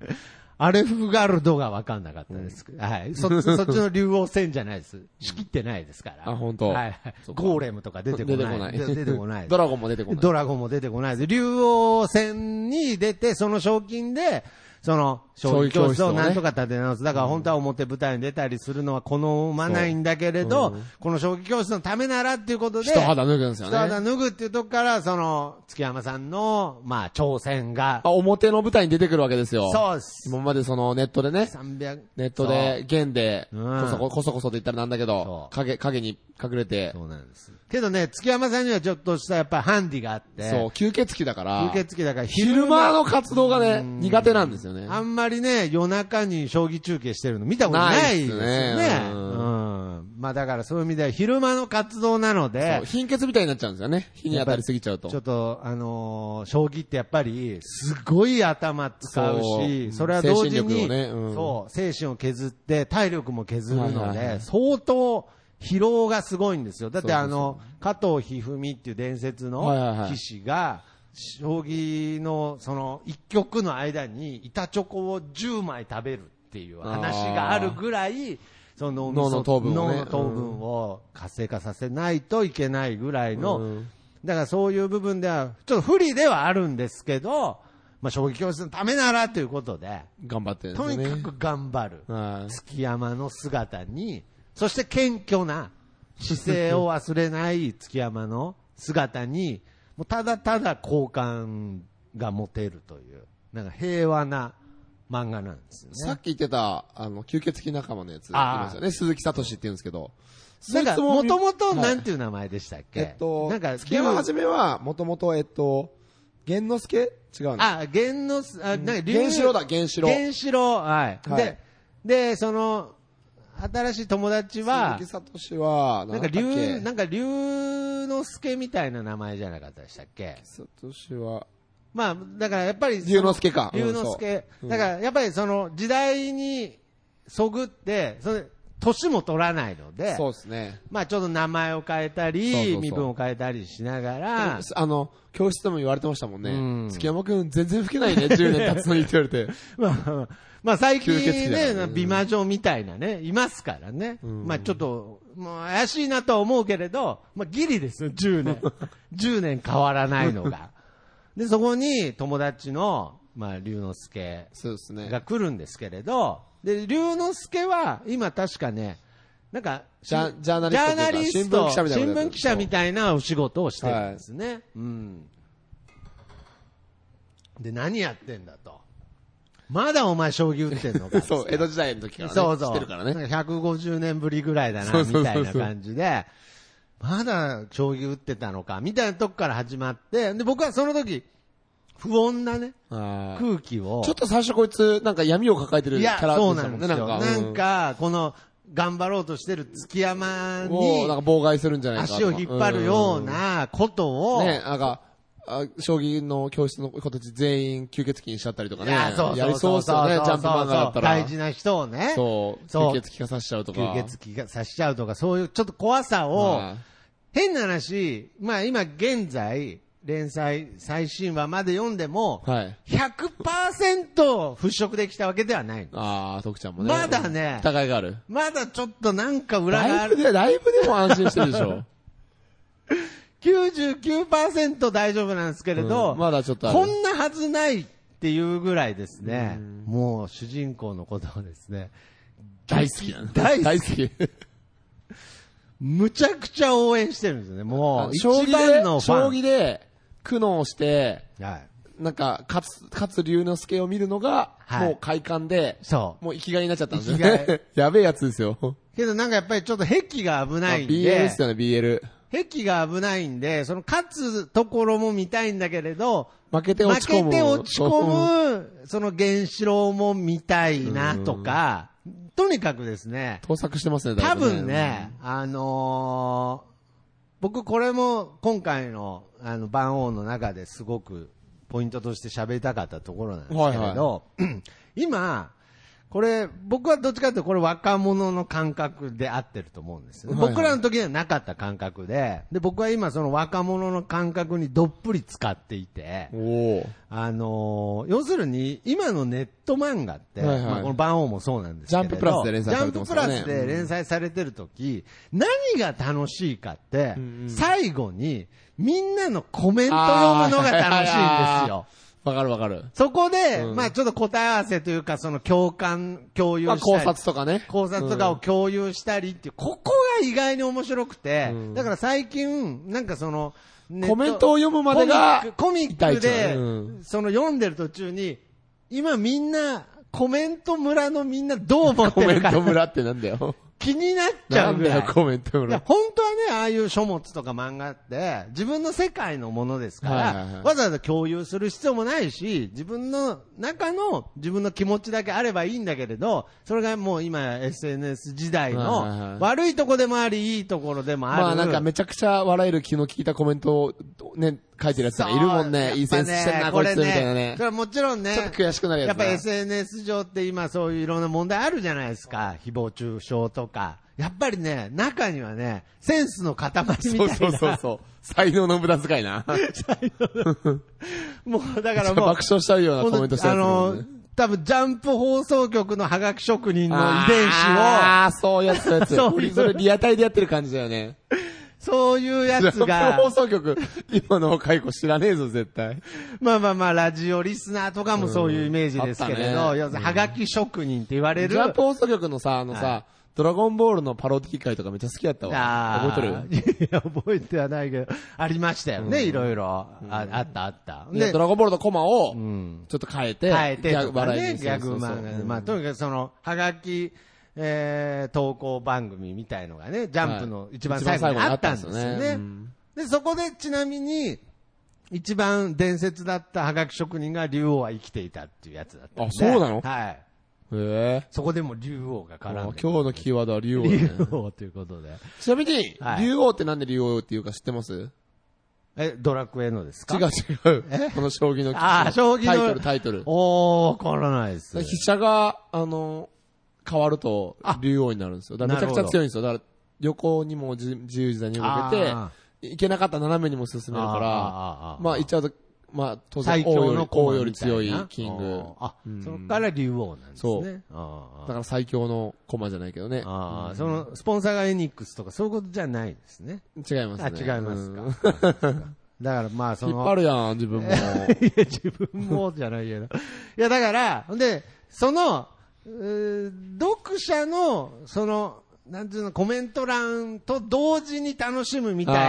Speaker 4: アレフガルドが分かんなかったです。はい。そ、そっちの竜王戦じゃないです。仕切ってないですから。
Speaker 3: あ本当
Speaker 4: はいはい。
Speaker 3: そっか
Speaker 4: ゴーレムとか出てこない。
Speaker 3: 出てこない
Speaker 4: 出てこない。
Speaker 3: ドラゴンも出てこない。
Speaker 4: ドラゴンも出てこないです。竜王戦に出て、その賞金で、その、将棋教室をなんとか立て直す。だから本当は表舞台に出たりするのは好まないんだけれど、この将棋教室のためならっていうことで、
Speaker 3: 一肌脱ぐんですよ
Speaker 4: 一
Speaker 3: ね。
Speaker 4: 肌脱ぐっていうとこから、その、月山さんの、まあ、挑戦が
Speaker 3: あ、、表の舞台に出てくるわけですよ。
Speaker 4: そうです。
Speaker 3: 今までそのネットでね、
Speaker 4: 300。
Speaker 3: ネットで、弦で、こ
Speaker 4: うん
Speaker 3: そこ、こそこそと言ったらなんだけど
Speaker 4: そ、う
Speaker 3: 影、影に隠れて
Speaker 4: そう。、そうなんです。けどね、月山さんにはちょっとしたやっぱりハンディがあって、
Speaker 3: そう、吸血鬼だから、
Speaker 4: 吸血鬼だから
Speaker 3: 昼間の活動がね、苦手なんですよね。
Speaker 4: あんまりね、夜中に将棋中継してるの見たことないですよね。
Speaker 3: ないっすねう
Speaker 4: うん。まあだからそういう意味では昼間の活動なの
Speaker 3: そ
Speaker 4: で
Speaker 3: う、貧血みたいになっちゃうんですよね。日に当たりすぎちゃうと
Speaker 4: ちょ。っと、あのー将棋ってやっぱり、すごい頭使うし、
Speaker 3: そう
Speaker 4: それは同
Speaker 3: 精
Speaker 4: 時
Speaker 3: 神力
Speaker 4: に、
Speaker 3: をねうん
Speaker 4: そう、精神を削って、体力も削るので、
Speaker 3: はいはいはい
Speaker 4: 相当、疲労がすごいんですよ。だって
Speaker 3: そうですよ
Speaker 4: あの、加藤一二三っていう伝説
Speaker 3: はいはいは
Speaker 4: の
Speaker 3: い
Speaker 4: 棋士が、将棋のその一局の間に板チョコを10枚食べるっていう話があるぐらい、その脳みそ
Speaker 3: 脳の糖分をね
Speaker 4: 脳の糖分を活性化させないといけないぐらいの、
Speaker 3: うん
Speaker 4: だからそういう部分では、ちょっと不利ではあるんですけど、まあ、将棋教室のためならということで、
Speaker 3: 頑張ってるんです
Speaker 4: と
Speaker 3: よね。
Speaker 4: にかく頑張る。
Speaker 3: はい。
Speaker 4: 月山の姿に、そして謙虚な姿勢を忘れない月山の姿に、もうただただ好感が持てるという、なんか平和な漫画なんですよ
Speaker 3: さ
Speaker 4: ね
Speaker 3: っ。き言ってた、あの、吸血鬼仲間のやつ、い
Speaker 4: あー
Speaker 3: ますよね。鈴木聡って言うんですけど。
Speaker 4: なんか、もともとなん
Speaker 3: て、
Speaker 4: ていう名前でしたっけ、
Speaker 3: えっと、
Speaker 4: なんか、
Speaker 3: 月山はじめは、もともと、えっと、玄之助違うな。
Speaker 4: あ、源のす、あ、なんか竜、
Speaker 3: 源四郎だ、源四郎。
Speaker 4: 原子炉、はい。
Speaker 3: はい
Speaker 4: で、で、その、新しい友達は、
Speaker 3: 鈴木聡は、
Speaker 4: なん
Speaker 3: だ
Speaker 4: か
Speaker 3: っけ
Speaker 4: 竜、なんか竜之介みたいな名前じゃなかったでしたっけ
Speaker 3: 鈴木聡は、
Speaker 4: まあ、だからやっぱり、
Speaker 3: 龍之介か。
Speaker 4: 龍之
Speaker 3: うん。
Speaker 4: 介。だからやっぱりその時代にそぐって、それ、年も取らないの
Speaker 3: そう
Speaker 4: で、
Speaker 3: そうですね。
Speaker 4: まあちょっと名前を変えたり、
Speaker 3: そうそうそう
Speaker 4: 身分を変えたりしながら、
Speaker 3: あの、教室でも言われてましたもん
Speaker 4: う
Speaker 3: ね。
Speaker 4: ん
Speaker 3: 月山くん全然吹けないね、10年経つのにって言わ れて。
Speaker 4: まあ、まあ最近
Speaker 3: 吸血鬼だ
Speaker 4: ね、
Speaker 3: からね
Speaker 4: 美魔女みたいなね、いますからね。まあちょっと、もう怪しいなとは思うけれど、まあギリですよ、10年。10年変わらないのが。で、そこに友達の、まあ、龍之介
Speaker 3: そうですね。
Speaker 4: が来るんですけれど、で、龍之介は、今確かね、なんか、
Speaker 3: ジャジャーナリ
Speaker 4: ジャ
Speaker 3: ス
Speaker 4: ーナリ
Speaker 3: トという
Speaker 4: ス
Speaker 3: か
Speaker 4: ト、
Speaker 3: 新聞記者みたいなこと
Speaker 4: 新聞記者みたいな
Speaker 3: やってる
Speaker 4: お仕事をしてるんですね。うん。で、何やってんだと。まだお前将棋打ってんのか。
Speaker 3: そう、江戸時代の時からね。
Speaker 4: そうそう。
Speaker 3: 知ってるからね。
Speaker 4: なん150年ぶりぐらいだ
Speaker 3: そう
Speaker 4: な、
Speaker 3: そうそう
Speaker 4: み
Speaker 3: そ
Speaker 4: た
Speaker 3: う
Speaker 4: いな感じで、まだ将棋打ってたのか、みたいなとこから始まって、で、僕はその時、不穏なね、
Speaker 3: はい
Speaker 4: 空気を。
Speaker 3: ちょっと最初こいつ、なんか闇を抱えてる
Speaker 4: い
Speaker 3: キ
Speaker 4: や、
Speaker 3: ャラ
Speaker 4: そう
Speaker 3: で
Speaker 4: な
Speaker 3: した
Speaker 4: ん
Speaker 3: もん
Speaker 4: で
Speaker 3: ね、
Speaker 4: すよ。なん、か、この、頑張ろうとしてる月山
Speaker 3: うんもう
Speaker 4: に
Speaker 3: なんか妨害するんじゃないかとか
Speaker 4: 足を引っ張るよう、なことを、
Speaker 3: うんね、なんか、あ将棋の教室の子たち全員吸血鬼にしちゃったりとか
Speaker 4: い
Speaker 3: ね。
Speaker 4: や、そう
Speaker 3: や
Speaker 4: そ
Speaker 3: り
Speaker 4: う
Speaker 3: そ
Speaker 4: そう
Speaker 3: うっす
Speaker 4: そう
Speaker 3: よね、ジャンプ漫画だったら。
Speaker 4: 大事な人をね、
Speaker 3: そう。
Speaker 4: そう
Speaker 3: 吸血鬼化させちゃうとか。
Speaker 4: 吸血鬼が刺しちゃうとか、そういうちょっと怖さを、
Speaker 3: はい
Speaker 4: 変な話、まあ今現在、連載最新話まで読んでも、
Speaker 3: はい。
Speaker 4: 100%払拭できたわけではない。
Speaker 3: あー、徳ちゃんもね。
Speaker 4: まだね
Speaker 3: 疑いがある。
Speaker 4: まだちょっとなんか裏が
Speaker 3: ラ
Speaker 4: あ
Speaker 3: イブ
Speaker 4: る。
Speaker 3: で、ライブでも安心してるでしょ。
Speaker 4: 99%大丈夫なん ですけれど、
Speaker 3: うんまだちょっとある
Speaker 4: こんなはずないっていうぐらいですね、もう主人公のことをですね、
Speaker 3: 大好きなの
Speaker 4: 大好き
Speaker 3: 大好き。
Speaker 4: むちゃくちゃ応援してるんですよね、もう。一
Speaker 3: 将棋で
Speaker 4: 番、のファン。
Speaker 3: 将棋で苦悩して、
Speaker 4: はい。
Speaker 3: なんか、勝つ、勝つ龍之介を見るのが、
Speaker 4: はい
Speaker 3: もう快感で、
Speaker 4: そう。
Speaker 3: もう生きがいになっちゃったんですよ
Speaker 4: 生きが
Speaker 3: ね。 やべえやつですよ。
Speaker 4: けどなんかやっぱりちょっと壁が危ないん
Speaker 3: BL で
Speaker 4: で、
Speaker 3: すよね、BL。
Speaker 4: 壁が危ないんで、その勝つところも見たいんだけれど、
Speaker 3: 負けて
Speaker 4: 負
Speaker 3: 落ち込
Speaker 4: け
Speaker 3: む。
Speaker 4: て落ち込む、その原子炉も見たいなとか、とにかくですね、
Speaker 3: 盗作してますね、だ
Speaker 4: 多
Speaker 3: いぶ
Speaker 4: 分。ね、あのー僕これも今回のあの番王の中ですごくポイントとして喋りたかったところなんですけれど、 今、これ僕はどっちかというとこれ若者の感覚で合ってると思うんですよね、
Speaker 3: はいはい
Speaker 4: 僕らの時にはなかった感覚で、で僕は今その若者の感覚にどっぷり使っていて、
Speaker 3: おー
Speaker 4: あのー要するに、今のネット漫画って、
Speaker 3: はいはい
Speaker 4: まあ、この番王もそうなんですけれど
Speaker 3: ジャンププラスで連載されてますからね
Speaker 4: ジャンププラスで連載されてる時、何が楽しいかって、最後に、みんなのコメント読むのが楽しいんですよ。
Speaker 3: わかるわかる。
Speaker 4: そこで、まあちょっと答え合わせというか、その共感、共有した
Speaker 3: まあ、
Speaker 4: り、
Speaker 3: 考察とかね。
Speaker 4: 考察とかを共有したりっていう、ここが意外に面白くて、だから最近、なんかその、ネット
Speaker 3: コメントを読むまでが
Speaker 4: コミックコミックで、
Speaker 3: 痛いうん
Speaker 4: その読んでる途中に、今みんな、コメント村のみんなどう思っ
Speaker 3: コ
Speaker 4: て
Speaker 3: メ
Speaker 4: る
Speaker 3: ント
Speaker 4: か
Speaker 3: 村ってなんだよ。
Speaker 4: 気になっちゃ
Speaker 3: な
Speaker 4: うんぐら
Speaker 3: だ
Speaker 4: い。
Speaker 3: よ、コメント
Speaker 4: いや
Speaker 3: 村。
Speaker 4: 本当はね、ああいう書物とか漫画って、自分の世界のものですから、
Speaker 3: はいはいはい
Speaker 4: わざわざ共有する必要もないし、自分の中の自分の気持ちだけあればいいんだけれど、それがもう今 SNS 時代
Speaker 3: はいはいはい
Speaker 4: の悪いとこでもあり、いいところでもある。
Speaker 3: まあなんかめちゃくちゃ笑える気の利いたコメントをね、書いてるやつがいるもん
Speaker 4: そう
Speaker 3: ね。いいセンスしてん
Speaker 4: や
Speaker 3: な、
Speaker 4: っぱ
Speaker 3: こい
Speaker 4: ね
Speaker 3: つ、みたいなね
Speaker 4: それ。はもちろんね。
Speaker 3: ちょっと悔しくなるやつ
Speaker 4: やっ
Speaker 3: な
Speaker 4: ぱ SNS 上って今そういういろんな問題あるじゃないですか。誹謗中傷とか。やっぱりね、中にはね、センスの塊みたいな。
Speaker 3: そうそうそうそう。才能の無駄遣 いな。
Speaker 4: もうだからも う
Speaker 3: 爆、笑しちゃうようなコメントした
Speaker 4: あ
Speaker 3: やつだも
Speaker 4: の
Speaker 3: んね。、
Speaker 4: 多分ジャンプ放送局のハガキ職人の遺伝子を、
Speaker 3: ああ、そういうやつ、そういうやつ。
Speaker 4: そういう
Speaker 3: それリアタイでやってる感じだよね。
Speaker 4: そういうやつが
Speaker 3: 放、送局、今の若い子知らねえぞ、絶対。
Speaker 4: まあまあまあ、ラジオリスナーとかもそういうイメージですけれ
Speaker 3: あった
Speaker 4: ど、
Speaker 3: ね
Speaker 4: 要するにハガキ職人って言われ
Speaker 3: ジ
Speaker 4: る、
Speaker 3: ャンプ放送局のさ、あのさ、ドラゴンボールのパロディ会とかめっちゃ好きだったわ。覚えてる
Speaker 4: え てるいや、覚えてはないけど、ありましたよね、いろいろ。ああったあった。
Speaker 3: で、
Speaker 4: で
Speaker 3: ド、ラゴンボールのコマを、ちょっと変えて、
Speaker 4: 変えて
Speaker 3: ギャ
Speaker 4: と
Speaker 3: グ
Speaker 4: か
Speaker 3: 笑い
Speaker 4: ね、
Speaker 3: に
Speaker 4: ギャグ漫画で。まあ、とにかくその、はがき、えー、投稿番組みたいのがね、ジャンプの一番最後にあったんですよ
Speaker 3: 一番最後にあったんですよね
Speaker 4: ね
Speaker 3: う。
Speaker 4: で、そこでちなみに、一番伝説だったはがき職人が竜王は生きていたっていうやつだったんで。
Speaker 3: あそうなの
Speaker 4: はい。
Speaker 3: へえ。
Speaker 4: そこでも竜王が
Speaker 3: あ
Speaker 4: 絡ん
Speaker 3: 今
Speaker 4: で
Speaker 3: 日
Speaker 4: くる。
Speaker 3: のキーワードは竜王だね。
Speaker 4: 竜王ということで。
Speaker 3: ちなみに
Speaker 4: は、い
Speaker 3: 竜王ってなんで竜王っていうか知ってます違う
Speaker 4: え、ドラクエのですか
Speaker 3: 違う。この将棋の
Speaker 4: あー将棋の
Speaker 3: タイトル、タイトル。
Speaker 4: おー、わからないです。
Speaker 3: 飛車が、あの、変わると、竜王になるんですよ。だからめちゃくちゃ強いんですよ。だから、旅行にも自自由自在に動
Speaker 4: あ
Speaker 3: けて、行けなかったら斜めにも進めるか
Speaker 4: あーあーあ
Speaker 3: ら、
Speaker 4: ー
Speaker 3: まあ行っちゃうと、まあ当
Speaker 4: 最
Speaker 3: 然王
Speaker 4: 強
Speaker 3: より
Speaker 4: の、
Speaker 3: 王
Speaker 4: 王
Speaker 3: より強いキング。
Speaker 4: あ、そっから竜王なんです
Speaker 3: そう
Speaker 4: ね。あー
Speaker 3: だから最強の駒じゃないけどね。
Speaker 4: ああ、その、スポンサーがエニックスとかそういうことじゃないんですね。
Speaker 3: 違います
Speaker 4: あ、
Speaker 3: ね。
Speaker 4: 違いま
Speaker 3: う
Speaker 4: す
Speaker 3: ん
Speaker 4: か。 だからまあ、そ
Speaker 3: 引っ
Speaker 4: の、
Speaker 3: 張るやん、自分も。
Speaker 4: いや、自分もじゃないけ ど。いや、だから、ほんで、その、うー読者の、その、なんていうの、コメント欄と同時に楽しむみたいのが、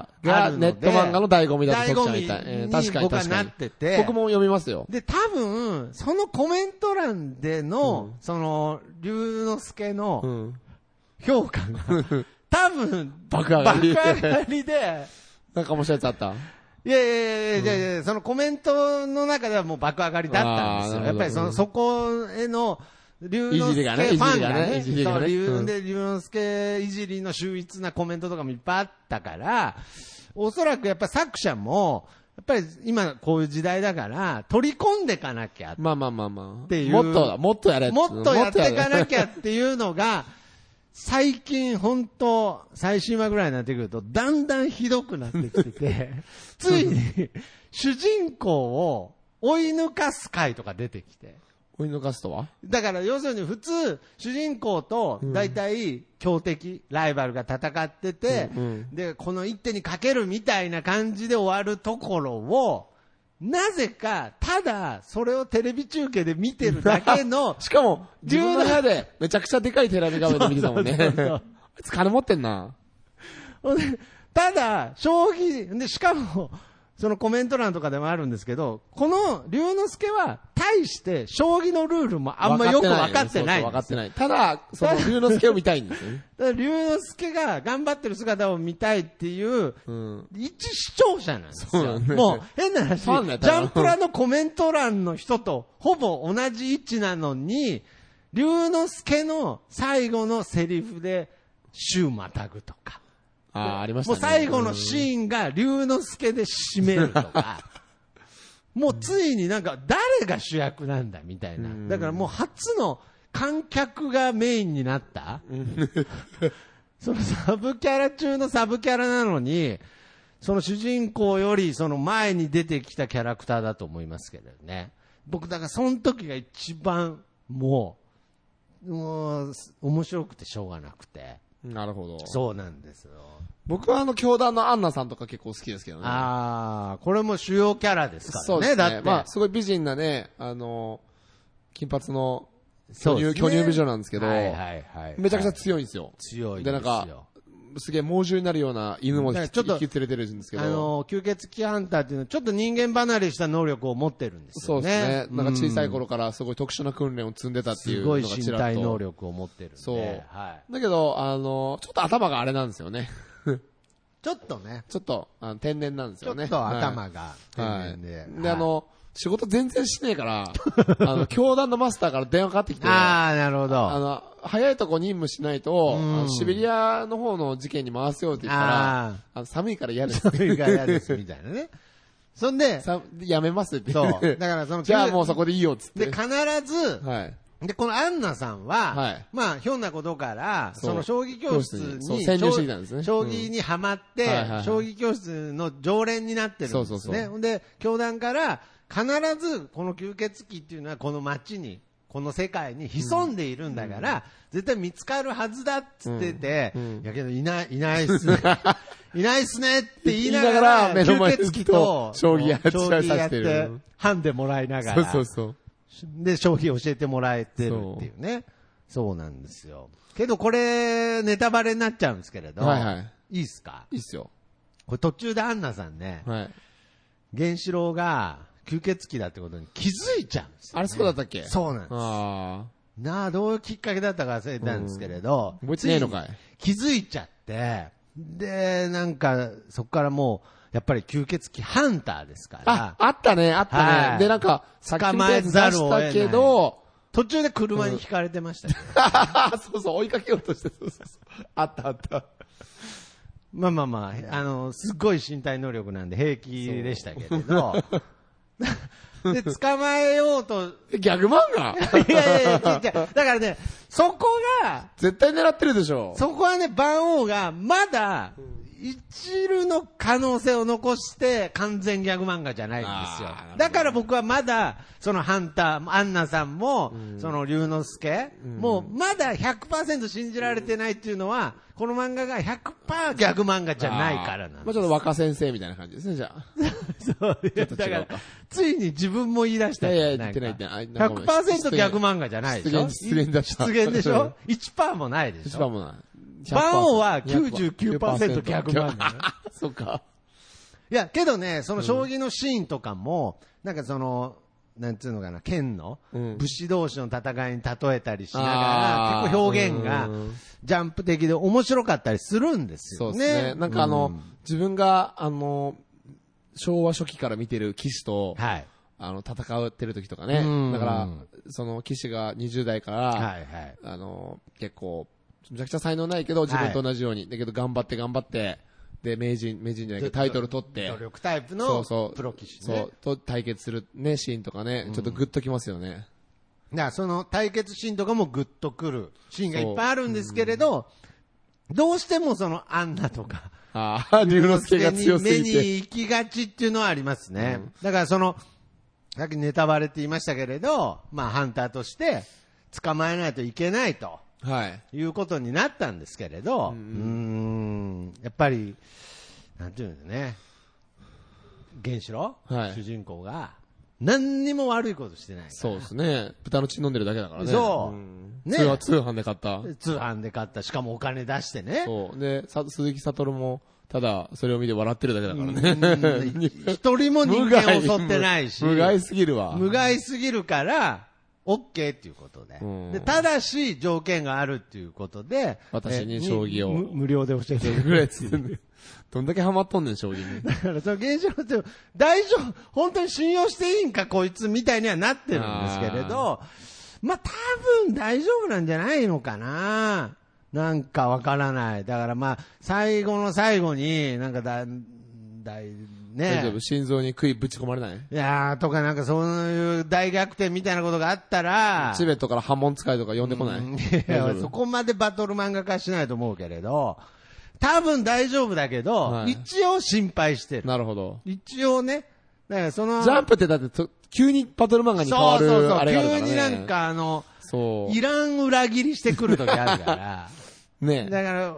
Speaker 3: あー
Speaker 4: があ
Speaker 3: が
Speaker 4: るので
Speaker 3: ネット漫画の醍醐味だと
Speaker 4: 醍醐
Speaker 3: 徳ちゃん
Speaker 4: 味
Speaker 3: みたい。えー
Speaker 4: に
Speaker 3: 確かに
Speaker 4: 僕は
Speaker 3: 確か
Speaker 4: な
Speaker 3: に
Speaker 4: ってて、
Speaker 3: 僕も読みますよ。
Speaker 4: で、多分、そのコメント欄での、その、龍之介の、
Speaker 3: うん。
Speaker 4: 評価 が、多分、
Speaker 3: 爆上がり
Speaker 4: 爆上がりで、
Speaker 3: なんか面白いやつあった
Speaker 4: いやいやいやいやいや、そのコメントの中ではもう爆上がりだったんです
Speaker 3: あー
Speaker 4: よ。や
Speaker 3: なるほど
Speaker 4: っぱりその、そこへの、龍之
Speaker 3: いじり
Speaker 4: 介
Speaker 3: が
Speaker 4: フ
Speaker 3: ね
Speaker 4: ァンがね、
Speaker 3: いじりがね
Speaker 4: そう
Speaker 3: いじりが
Speaker 4: 龍
Speaker 3: ね
Speaker 4: で龍之介いじりの秀逸なコメントとかもいっぱいあったから、おそらくやっぱ作者も、やっぱり今こういう時代だから、取り込んでかなきゃ、
Speaker 3: まあまあまあまあ。
Speaker 4: ていう
Speaker 3: もっと、もっとやれ
Speaker 4: もっとやっていかな
Speaker 3: ゃ。
Speaker 4: きゃっていうのが、最近本当、最新話ぐらいになってくると、だんだんひどくなってきて て、ついに、主人公を追い抜かす回とか出てきて。
Speaker 3: 追い逃すとは
Speaker 4: だから要するに普通、主人公と大体強敵、ライバルが戦ってて、
Speaker 3: うんうん、
Speaker 4: で、この一手にかけるみたいな感じで終わるところを、なぜか、ただ、それをテレビ中継で見てるだけの
Speaker 3: しかも、自分の部屋で、めちゃくちゃでかいテレビ画面で見てたもんね。
Speaker 4: そうそうそうそう
Speaker 3: あいつ金持ってんな。
Speaker 4: ほんで ただ、将棋、で、しかも、そのコメント欄とかでもあるんですけど、この龍之介は、対して、将棋のルールもあんまよく分かってないん
Speaker 3: 分
Speaker 4: です
Speaker 3: か
Speaker 4: よ
Speaker 3: ってない。ただ、その、龍之介を見たいんですよね。
Speaker 4: だから龍之介が頑張ってる姿を見たいっていう、
Speaker 3: うん。
Speaker 4: 一視聴者なんです
Speaker 3: そうな
Speaker 4: よ。
Speaker 3: んだよ
Speaker 4: もう変な話、ジ
Speaker 3: ファンだよ
Speaker 4: ャンプラのコメント欄の人とほぼ同じ位置なのに、龍之介の最後のセリフで、週またぐとか。
Speaker 3: ああ、ありました
Speaker 4: もう
Speaker 3: ね。
Speaker 4: 最後のシーンが龍之介で締めるとか。 もうついになんか誰が主役なんだみたいな。だからもう初の観客がメインにな った。そのサブキャラ中のサブキャラなのに、その主人公よりその前に出てきたキャラクターだと思いますけどね。僕だからその時が一番もう、もう面白くてしょうがなくて。
Speaker 3: うん。なるほど。
Speaker 4: そうなんですよ。
Speaker 3: 僕はあの、教団のアンナさんとか結構好きですけどね。
Speaker 4: ああ、これも主要キャラですからね。
Speaker 3: そうですね。
Speaker 4: だって、
Speaker 3: まあ、すごい美人なね、あの、金髪の
Speaker 4: そ
Speaker 3: 巨
Speaker 4: うで
Speaker 3: 乳、
Speaker 4: すね
Speaker 3: 巨乳美女なんですけど、
Speaker 4: はいはいはい。
Speaker 3: めちゃくちゃ
Speaker 4: はい
Speaker 3: 強いんですよ。
Speaker 4: 強いで
Speaker 3: で、な
Speaker 4: す
Speaker 3: んか
Speaker 4: よ。、
Speaker 3: すげえ猛獣になるような犬も
Speaker 4: だか
Speaker 3: 引
Speaker 4: ら
Speaker 3: き
Speaker 4: ちょっと
Speaker 3: 引き連れてるんですけど。
Speaker 4: あの、吸血鬼ハンターっていうのは、ちょっと人間離れした能力を持ってるんです
Speaker 3: そ
Speaker 4: よ
Speaker 3: う
Speaker 4: ね。
Speaker 3: ですね。なんか小さい
Speaker 4: うん
Speaker 3: 頃からすごい特殊な訓練を積んでたってい
Speaker 4: す
Speaker 3: うの
Speaker 4: ご
Speaker 3: が
Speaker 4: い
Speaker 3: ちらっと。
Speaker 4: 身体能力を持ってるんで。
Speaker 3: そう
Speaker 4: はい。
Speaker 3: だけど、あの、ちょっと頭があれなんですよね。
Speaker 4: ちょっとね、
Speaker 3: ちょっと、あの天然なんです
Speaker 4: ちょ
Speaker 3: よね。
Speaker 4: っと
Speaker 3: はい
Speaker 4: 頭が天然で。
Speaker 3: はい
Speaker 4: はい
Speaker 3: で、あ、の、仕事全然しねえから、あ の、教団のマスターから電話かかってきて、
Speaker 4: ああ、なるほど。
Speaker 3: あの、早いとこ任務しないと、
Speaker 4: うん
Speaker 3: あのシベリアの方の事件に回すよって言ったら、
Speaker 4: あ
Speaker 3: あの寒いから嫌です
Speaker 4: あ、それが嫌です、みたいなね。そんで、
Speaker 3: さやめますって。
Speaker 4: そう。だからその、
Speaker 3: じゃあもうそこでいいよっつっ
Speaker 4: で、
Speaker 3: て。
Speaker 4: 必ず、
Speaker 3: はい。
Speaker 4: で、このアンナさんは、
Speaker 3: はい
Speaker 4: まあ、ひょんなことから、
Speaker 3: そう
Speaker 4: その将棋教室に
Speaker 3: そう潜入してきたんですね
Speaker 4: 将
Speaker 3: うん
Speaker 4: 棋にはまって、
Speaker 3: はいはいはい
Speaker 4: 将棋教室の常連になってるんですね。
Speaker 3: そうそうそう
Speaker 4: ほんで、教団から、必ず、この吸血鬼っていうのは、この街に、この世界に潜んでいるんだから、絶対見つかるはずだっつってて、
Speaker 3: うんうん
Speaker 4: いやけど、いない、いないっす ね。いないっすねって言いながら、
Speaker 3: 言いながら目の前
Speaker 4: 吸血鬼と、
Speaker 3: 将棋や
Speaker 4: 将棋
Speaker 3: さ
Speaker 4: や
Speaker 3: せ
Speaker 4: ってて
Speaker 3: る、
Speaker 4: ハンデもらいなが
Speaker 3: そ
Speaker 4: ら。
Speaker 3: うそうそう。
Speaker 4: で、消費教えてもらえてるっていうね。そうなんですよ。けどこれ、ネタバレになっちゃうんですけれど。
Speaker 3: はいはい。
Speaker 4: い。いっすか
Speaker 3: いいっすよ。
Speaker 4: これ途中でアンナさんね、
Speaker 3: はい。
Speaker 4: 原子郎が吸血鬼だってことに気づいちゃうんですよ、ね。
Speaker 3: あれそうだったっけ
Speaker 4: そうなんです。
Speaker 3: あ
Speaker 4: なあ、どういうきっかけだったか忘れたんですけれど。
Speaker 3: あ。覚えてねえのかい。
Speaker 4: 気づいちゃって、で、なんか、そこからもう、やっぱり吸血鬼ハンターですから。
Speaker 3: あ、あったね、あった
Speaker 4: は
Speaker 3: ね。
Speaker 4: い
Speaker 3: で、なんか、
Speaker 4: 捕まえざるを得ない
Speaker 3: 先に出したけ ど、
Speaker 4: 途中で車にひかれてましたけど、
Speaker 3: そうそう、追いかけようとして、そうそうそう。あったあった。
Speaker 4: まあまあまあ、あの、すっごい身体能力なんで平気でしたけれど、で、捕まえようと、
Speaker 3: ギャグ漫画
Speaker 4: いやいやいや、違う違うだからね、そこが、
Speaker 3: 絶対狙ってるでしょ。
Speaker 4: そこはね、番王がまだ、一縷の可能性を残して完全ギャグ漫画じゃないんですよ
Speaker 3: あーなるほど。
Speaker 4: だから僕はまだ、そのハンター、アンナさんも、その龍之介、もうまだ100%信じられてないっていうのは、この漫画が100%ギャグ漫画じゃないからなんで
Speaker 3: まあ
Speaker 4: す
Speaker 3: ちょっと若先生みたいな感じですね、じゃあ。
Speaker 4: そう、いや
Speaker 3: と違う
Speaker 4: だから
Speaker 3: か、
Speaker 4: ついに自分も言い出した
Speaker 3: い
Speaker 4: じゃん。
Speaker 3: やいや言って
Speaker 4: ん
Speaker 3: ない
Speaker 4: か
Speaker 3: 言ってないあなんかごめん
Speaker 4: 100%逆漫画じゃないでしょ
Speaker 3: 失言失言だった
Speaker 4: 失言でしょ ?1% もないでし
Speaker 3: 一番
Speaker 4: ょ
Speaker 3: もない。
Speaker 4: バンオは99%ギャグ漫画ね。
Speaker 3: そうか。
Speaker 4: いや、けどね、その将棋のシーンとかも、なんかその、なんつうのかな、剣の
Speaker 3: うん
Speaker 4: 武士同士の戦いに例えたりしながら、
Speaker 3: あー
Speaker 4: 結構表現が
Speaker 3: うん
Speaker 4: ジャンプ的で面白かったりするんです
Speaker 3: そ
Speaker 4: よ
Speaker 3: う
Speaker 4: ね。
Speaker 3: ですね。なんかあの、自分が、あの、昭和初期から見てる騎士と、
Speaker 4: はい。
Speaker 3: あの、戦ってる時とかね
Speaker 4: うん。
Speaker 3: だから、その騎士が20代から、
Speaker 4: はいはい。
Speaker 3: あの、結構、めちゃくちゃ才能ないけど、自分と同じように。だけど、頑張って頑張って、で、名人、名人じゃないけど、タイトル取って
Speaker 4: 努、力タイプ
Speaker 3: そ
Speaker 4: の
Speaker 3: うそう、
Speaker 4: プロ棋士
Speaker 3: そ
Speaker 4: ね。
Speaker 3: う、と対決するね、シーンとかね、ちょっとグッときますよね。
Speaker 4: だからその対決シーンとかもグッとくるシーンがいっぱいあるんですけれど、どうしてもそのアンナと か、
Speaker 3: ああ、竜之介が強す
Speaker 4: 目
Speaker 3: ぎ
Speaker 4: に
Speaker 3: て。
Speaker 4: 行きがちっていうのはありますね。だからその、さっきネタバレって言いましたけれど、まあハンターとして捕まえないといけないと
Speaker 3: はい。
Speaker 4: いうことになったんですけれど、うーん、やっぱり、なんていうんだね、原子郎、
Speaker 3: はい
Speaker 4: 主人公が、何にも悪いことしてないから。
Speaker 3: そうですね。豚の血飲んでるだけだからね。
Speaker 4: そう
Speaker 3: うん
Speaker 4: ね
Speaker 3: 通販通販で買った。
Speaker 4: 通販で買った、しかもお金出してね。
Speaker 3: そう。で、さ鈴木悟も、ただ、それを見て笑ってるだけだからね。
Speaker 4: うん一人も人間を襲ってないし。
Speaker 3: 無害すぎるわ。
Speaker 4: 無害すぎるから、オッケーっていうことで,、
Speaker 3: うん
Speaker 4: で。ただし、条件があるっていうことで。
Speaker 3: 私に
Speaker 4: え
Speaker 3: 将棋を
Speaker 4: む無料で教えてくれる。
Speaker 3: ぐらいつってんだよどんだけハマっとんねん、将棋に。
Speaker 4: だから、その原子炉って、大丈夫、本当に信用していいんか、こいつみたいにはなってるんですけれど、まあ、多分大丈夫なんじゃないのかな。なんかわからない。だからまあ、最後の最後に、なんかだ、だい、
Speaker 3: 大丈
Speaker 4: ね
Speaker 3: 夫。心臓に杭ぶち込まれない
Speaker 4: いやーとかなんかそういう大逆転みたいなことがあったら、
Speaker 3: チベットから波紋使いとか呼んでこない
Speaker 4: うんい
Speaker 3: 大丈
Speaker 4: や
Speaker 3: 夫
Speaker 4: そこまでバトル漫画化しないと思うけれど、多分大丈夫だけど、
Speaker 3: はい
Speaker 4: 一応心配してる。
Speaker 3: なるほど。
Speaker 4: 一応ね、だからその、
Speaker 3: ジャンプってだってと、急にバトル漫画に変わ
Speaker 4: そうそう
Speaker 3: る
Speaker 4: そ
Speaker 3: あ
Speaker 4: う、
Speaker 3: れがあるか
Speaker 4: 急
Speaker 3: らね。
Speaker 4: になんかあの、
Speaker 3: そ
Speaker 4: いらん裏切りしてくる時ある から、
Speaker 3: う。ね
Speaker 4: だから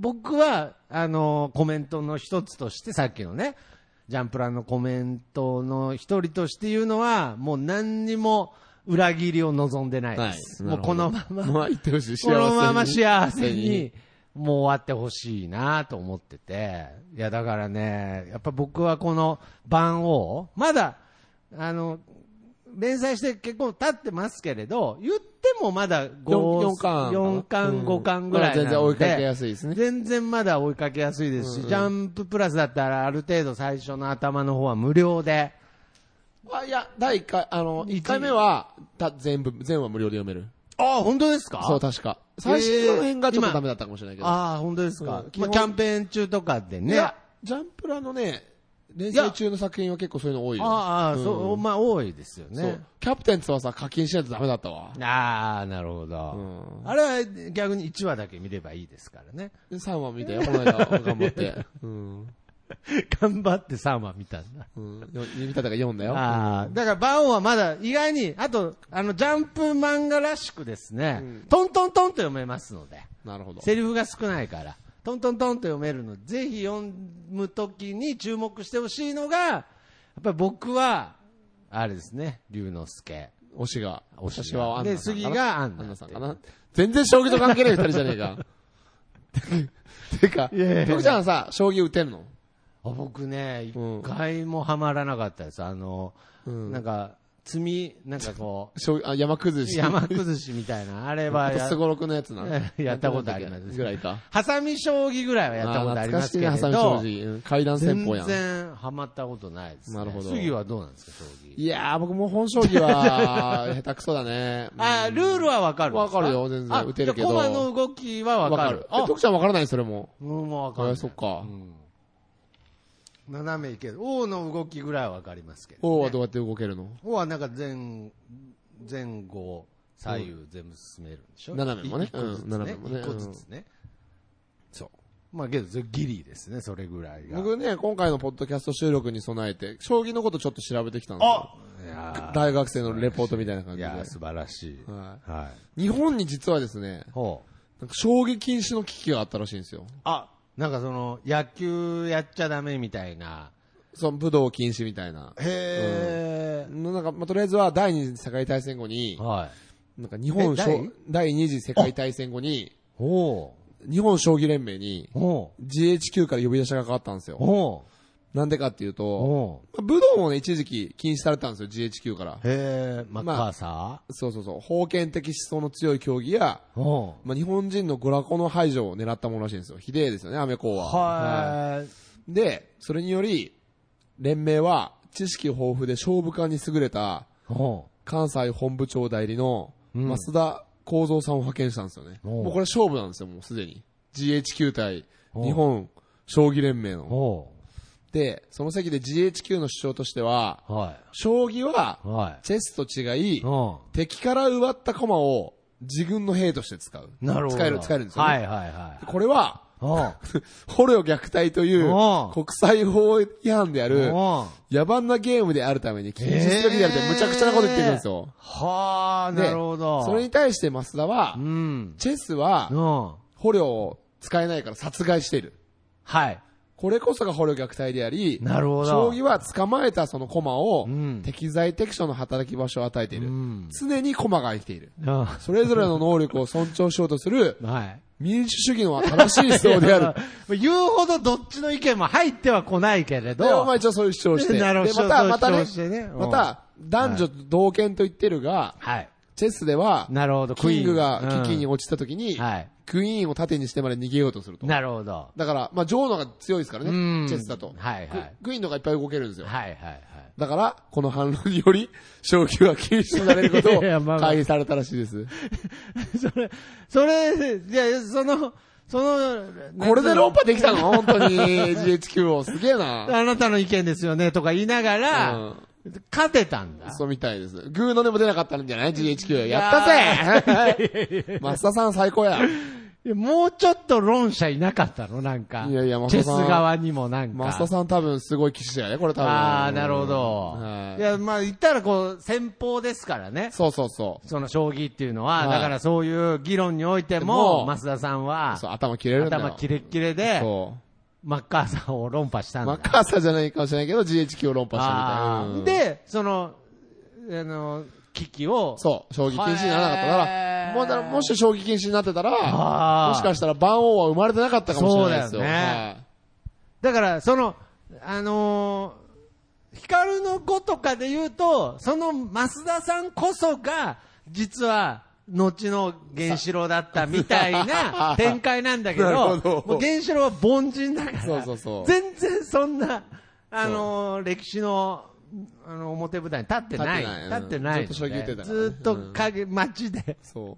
Speaker 4: 僕は、あの、コメントの一つとして、さっきのね、ジャンプランのコメントの一人として言うのは、もう何にも裏切りを望んでないです。
Speaker 3: はい
Speaker 4: もうこのまま
Speaker 3: まあ言ってほしい。幸せ
Speaker 4: こ
Speaker 3: に
Speaker 4: のまま幸せに、もう終わってほしいなと思ってて。いや、だからね、やっぱ僕はこの番王、まだ、あの、連載して結構経ってますけれど、言ってもまだ
Speaker 3: 四
Speaker 4: 5
Speaker 3: 四巻。
Speaker 4: 4巻、5巻ぐらいなの
Speaker 3: ま
Speaker 4: で。
Speaker 3: だ全然追いかけやすいですね。
Speaker 4: 全然まだ追いかけやすいですし、ジャンププラスだったらある程度最初の頭の方は無料で。
Speaker 3: あいや、第1回、あの、1回目は、た全部、全話無料で読める。
Speaker 4: ああ、本当ですか
Speaker 3: そう、確か。最初の辺がちょっとダメだったかもしれないけど。
Speaker 4: ああ、本当ですか、
Speaker 3: うん基
Speaker 4: まあ、
Speaker 3: 本
Speaker 4: キャンペーン中とかでね。
Speaker 3: いや、ジャンプラのね、連載中の作品は結構そういうの多いよ。
Speaker 4: ああ、
Speaker 3: うん
Speaker 4: そう、まあ多いですよ
Speaker 3: そ
Speaker 4: ね
Speaker 3: う。。キャプテン翼課金しないとダメだったわ。
Speaker 4: ああ、なるほ
Speaker 3: う
Speaker 4: ど。
Speaker 3: ん。
Speaker 4: あれは逆に1話だけ見ればいいですからね。
Speaker 3: 3話見て、この間頑張って。うん。
Speaker 4: 頑張って3話見たんだ。
Speaker 3: うん。よ見ただから読んだよ。
Speaker 4: ああ、だからバオンはまだ意外に、あと、あの、ジャンプ漫画らしくですね、トントントンと読めますので、
Speaker 3: なるほど。
Speaker 4: セリフが少ないから、トントントンと読めるので、ぜひ読むときに注目してほしいのが、やっぱり僕は、あれですね、龍之介。
Speaker 3: 推しが。
Speaker 4: 推しが
Speaker 3: 私はアン
Speaker 4: で
Speaker 3: ナさんかな。
Speaker 4: 次がアンナ
Speaker 3: アンナさんかな。全然将棋と関係ない二人じゃねえ か。てか、
Speaker 4: いやいやいや
Speaker 3: 徳ちゃんさ、将棋打てんの
Speaker 4: あ僕ね、
Speaker 3: うん
Speaker 4: 一回もハマらなかったです。あの、
Speaker 3: うん
Speaker 4: なんか、積み、なんかこ
Speaker 3: 将棋、あ、山崩
Speaker 4: う、
Speaker 3: し。
Speaker 4: 山崩しみたいな、あれ
Speaker 3: あ
Speaker 4: は
Speaker 3: と
Speaker 4: や
Speaker 3: ス、ゴロクのやつな。
Speaker 4: やったことあります
Speaker 3: ぐらいか。
Speaker 4: ハサミ将棋ぐらいはやったことありますけれ
Speaker 3: あー
Speaker 4: ど、
Speaker 3: 懐かしいね、ハサミ将棋うん。階段戦
Speaker 4: 全
Speaker 3: 法やん。
Speaker 4: 然ハマったことないです、ね。
Speaker 3: なるほど
Speaker 4: 次はどうなんですか、将棋。
Speaker 3: いやー、僕もう本将棋は、 下手くそだね。
Speaker 4: あー、ルールはわかるんです
Speaker 3: わかるよ全然
Speaker 4: あ
Speaker 3: 打てるけど
Speaker 4: じゃあ駒の動きはわかる。
Speaker 3: え
Speaker 4: あ、
Speaker 3: 徳ちゃんわからないそれも。
Speaker 4: うん、もうわ
Speaker 3: あ
Speaker 4: かる。
Speaker 3: そっか。
Speaker 4: 斜めいける。王の動きぐらいはわかりますけど、ね。
Speaker 3: 王はどうやって動けるの
Speaker 4: 王はなんか前、前後、左右全部進めるんでしょ、
Speaker 3: うん斜めもね
Speaker 4: 一個ずつ
Speaker 3: うん斜めもね
Speaker 4: 一個ずつね。そう。まあけど、それギリですね、それぐらいが。
Speaker 3: 僕ね、今回のポッドキャスト収録に備えて、将棋のことちょっと調べてきたんですよ。
Speaker 4: あいや
Speaker 3: 大学生のレポートみたいな感
Speaker 4: ーい
Speaker 3: じで。
Speaker 4: やー素晴らしい。
Speaker 3: は
Speaker 4: はい
Speaker 3: 日本に実はですね
Speaker 4: い。、ほう。
Speaker 3: なんか将棋禁止の危機があったらしいんですよ。
Speaker 4: あなんかその、野球やっちゃダメみたいな。
Speaker 3: その武道禁止みたいな。
Speaker 4: へ
Speaker 3: のなんか、まあ、とりあえずは第二次世界大戦後に
Speaker 4: ー。、はい。
Speaker 3: なんか日本
Speaker 4: え
Speaker 3: 将
Speaker 4: 第
Speaker 3: 第二次世界大戦後に、
Speaker 4: ほ
Speaker 3: 日本将棋連盟に
Speaker 4: う。ほ
Speaker 3: GHQ から呼び出しがかかったんです
Speaker 4: う。
Speaker 3: よ。
Speaker 4: ほ
Speaker 3: なんでかっていう
Speaker 4: う。
Speaker 3: と、
Speaker 4: ほ
Speaker 3: まあ武道もね、一時期禁止されたんですよ、GHQ から
Speaker 4: う。。へー、マッカーサ
Speaker 3: そうそうそう。封建的思想の強い競技や、
Speaker 4: ーほう。
Speaker 3: まあ、日本人の娯楽の排除を狙ったものらしいんですよ。ひでえですよね、アメコは。
Speaker 4: はい。
Speaker 3: い。で、それにより、連盟は知識豊富で勝負感に優れた
Speaker 4: ほ
Speaker 3: 関西本部長代理の
Speaker 4: うん
Speaker 3: 増田幸三さんを派遣したんですよね。
Speaker 4: おう
Speaker 3: もうこれ勝負なんですよ、もうすでに。GHQ 対
Speaker 4: おう
Speaker 3: 日本将棋連盟
Speaker 4: う。
Speaker 3: の。
Speaker 4: ほ
Speaker 3: で、その席で GHQ の主張としては、
Speaker 4: う。は。
Speaker 3: 将棋はい
Speaker 4: は
Speaker 3: チェスと違
Speaker 4: い。
Speaker 3: い、
Speaker 4: う
Speaker 3: 敵から奪った駒を自軍の兵として使う。
Speaker 4: ん。なるほど。
Speaker 3: 使える、使えるんですよ、ね。
Speaker 4: はいはいはい。
Speaker 3: これは、
Speaker 4: う
Speaker 3: 捕虜虐待という
Speaker 4: おう
Speaker 3: 国際法違反であ
Speaker 4: ん。う
Speaker 3: る
Speaker 4: ん。は
Speaker 3: 野蛮なゲームであるために禁止すべきであるってむちゃくちゃなこと言ってるんですよ。
Speaker 4: あ、
Speaker 3: で
Speaker 4: なるほど。
Speaker 3: それに対して増田は
Speaker 4: う、ん。
Speaker 3: チェスは
Speaker 4: うん。
Speaker 3: 捕虜を使えないから殺害している。
Speaker 4: はい。
Speaker 3: これこそが捕虜虐待であり、
Speaker 4: なるほど。
Speaker 3: 将棋は捕まえたその駒を
Speaker 4: うん
Speaker 3: 適材適所の働き場所を与えている
Speaker 4: う。ん。
Speaker 3: 常に駒が生きている。
Speaker 4: うん。は
Speaker 3: それぞれの能力を尊重しようとする
Speaker 4: い。
Speaker 3: 民主主義の正しい思想 である。
Speaker 4: る。言うほどどっちの意見も入ってはこないけれ
Speaker 3: で、ま
Speaker 4: ど。
Speaker 3: あ一応そういう主張をして。で、
Speaker 4: なるほど
Speaker 3: また、また
Speaker 4: そういう主張を
Speaker 3: ね
Speaker 4: してね、うん
Speaker 3: また、男女同権と言ってるが、
Speaker 4: はい。
Speaker 3: チェスでは、
Speaker 4: なるほど。
Speaker 3: キングが危機に
Speaker 4: 落
Speaker 3: 落ちた時に、
Speaker 4: はい。
Speaker 3: クイーンを盾にしてまで逃げようとすると。
Speaker 4: なるほど。
Speaker 3: だから、まあ、女王の方が強いですからね
Speaker 4: うん、
Speaker 3: チェスだと。
Speaker 4: はいはい
Speaker 3: ククイーンの方がいっぱい動けるんですよ。
Speaker 4: はいはいはい。
Speaker 3: だから、この反論により、将棋は禁止とされること を
Speaker 4: いやまあまあ
Speaker 3: 回避されたらしいです。
Speaker 4: それ、それ、じゃあその、その、
Speaker 3: これで論破できたの本当に GHQ を。すげえな。
Speaker 4: あなたの意見ですよねとか言いながら、
Speaker 3: うん
Speaker 4: 勝てたんだ。
Speaker 3: そうみたいです。グーの音も出なかったんじゃない ?GHQ。やったぜ増田さん最高や。
Speaker 4: いやもうちょっと論者いなかったのなんか。
Speaker 3: いやいや増
Speaker 4: チェ
Speaker 3: 田
Speaker 4: ス
Speaker 3: さん
Speaker 4: 側にもなんか。
Speaker 3: 増田さん多分すごい騎士だよね、これ多分。
Speaker 4: ああ、なるほど。
Speaker 3: はい
Speaker 4: いや、まあ言ったらこう、先方ですからね。
Speaker 3: そうそうそう。
Speaker 4: その将棋っていうのは、
Speaker 3: はい
Speaker 4: だからそういう議論において
Speaker 3: で
Speaker 4: も、
Speaker 3: も
Speaker 4: 増田さんは、
Speaker 3: そう、頭切れるんだよ。
Speaker 4: 頭キレッキレで、
Speaker 3: そ
Speaker 4: マッカーサーを論破した
Speaker 3: う。
Speaker 4: ん
Speaker 3: マ
Speaker 4: だ
Speaker 3: ッ。カーサーじゃないかもしれないけど、GHQ を論破した
Speaker 4: あー
Speaker 3: みたいな。うん、
Speaker 4: で、その、あの、危機を、
Speaker 3: そう、将棋禁止にならなかったか
Speaker 4: へー
Speaker 3: ら、もうだからもし将棋禁止になってた
Speaker 4: あ
Speaker 3: ら、
Speaker 4: ー
Speaker 3: もしかしたら番王は生まれてなかったかもしれないですよ。
Speaker 4: そうだよね
Speaker 3: はい
Speaker 4: だから、その、あのー、光の子とかで言うと、その増田さんこそが、実は、後の原子郎だったみたいな展開なんだけど、
Speaker 3: なるほど
Speaker 4: もう原子郎は凡人だから、
Speaker 3: そうそうそう
Speaker 4: 全然そんな、あのー歴史の、あの、表舞台に立ってない。
Speaker 3: 立
Speaker 4: 立
Speaker 3: ってない
Speaker 4: ってない,、
Speaker 3: うんずっと将棋打ってたからね
Speaker 4: ずっと影、街で、
Speaker 3: そう。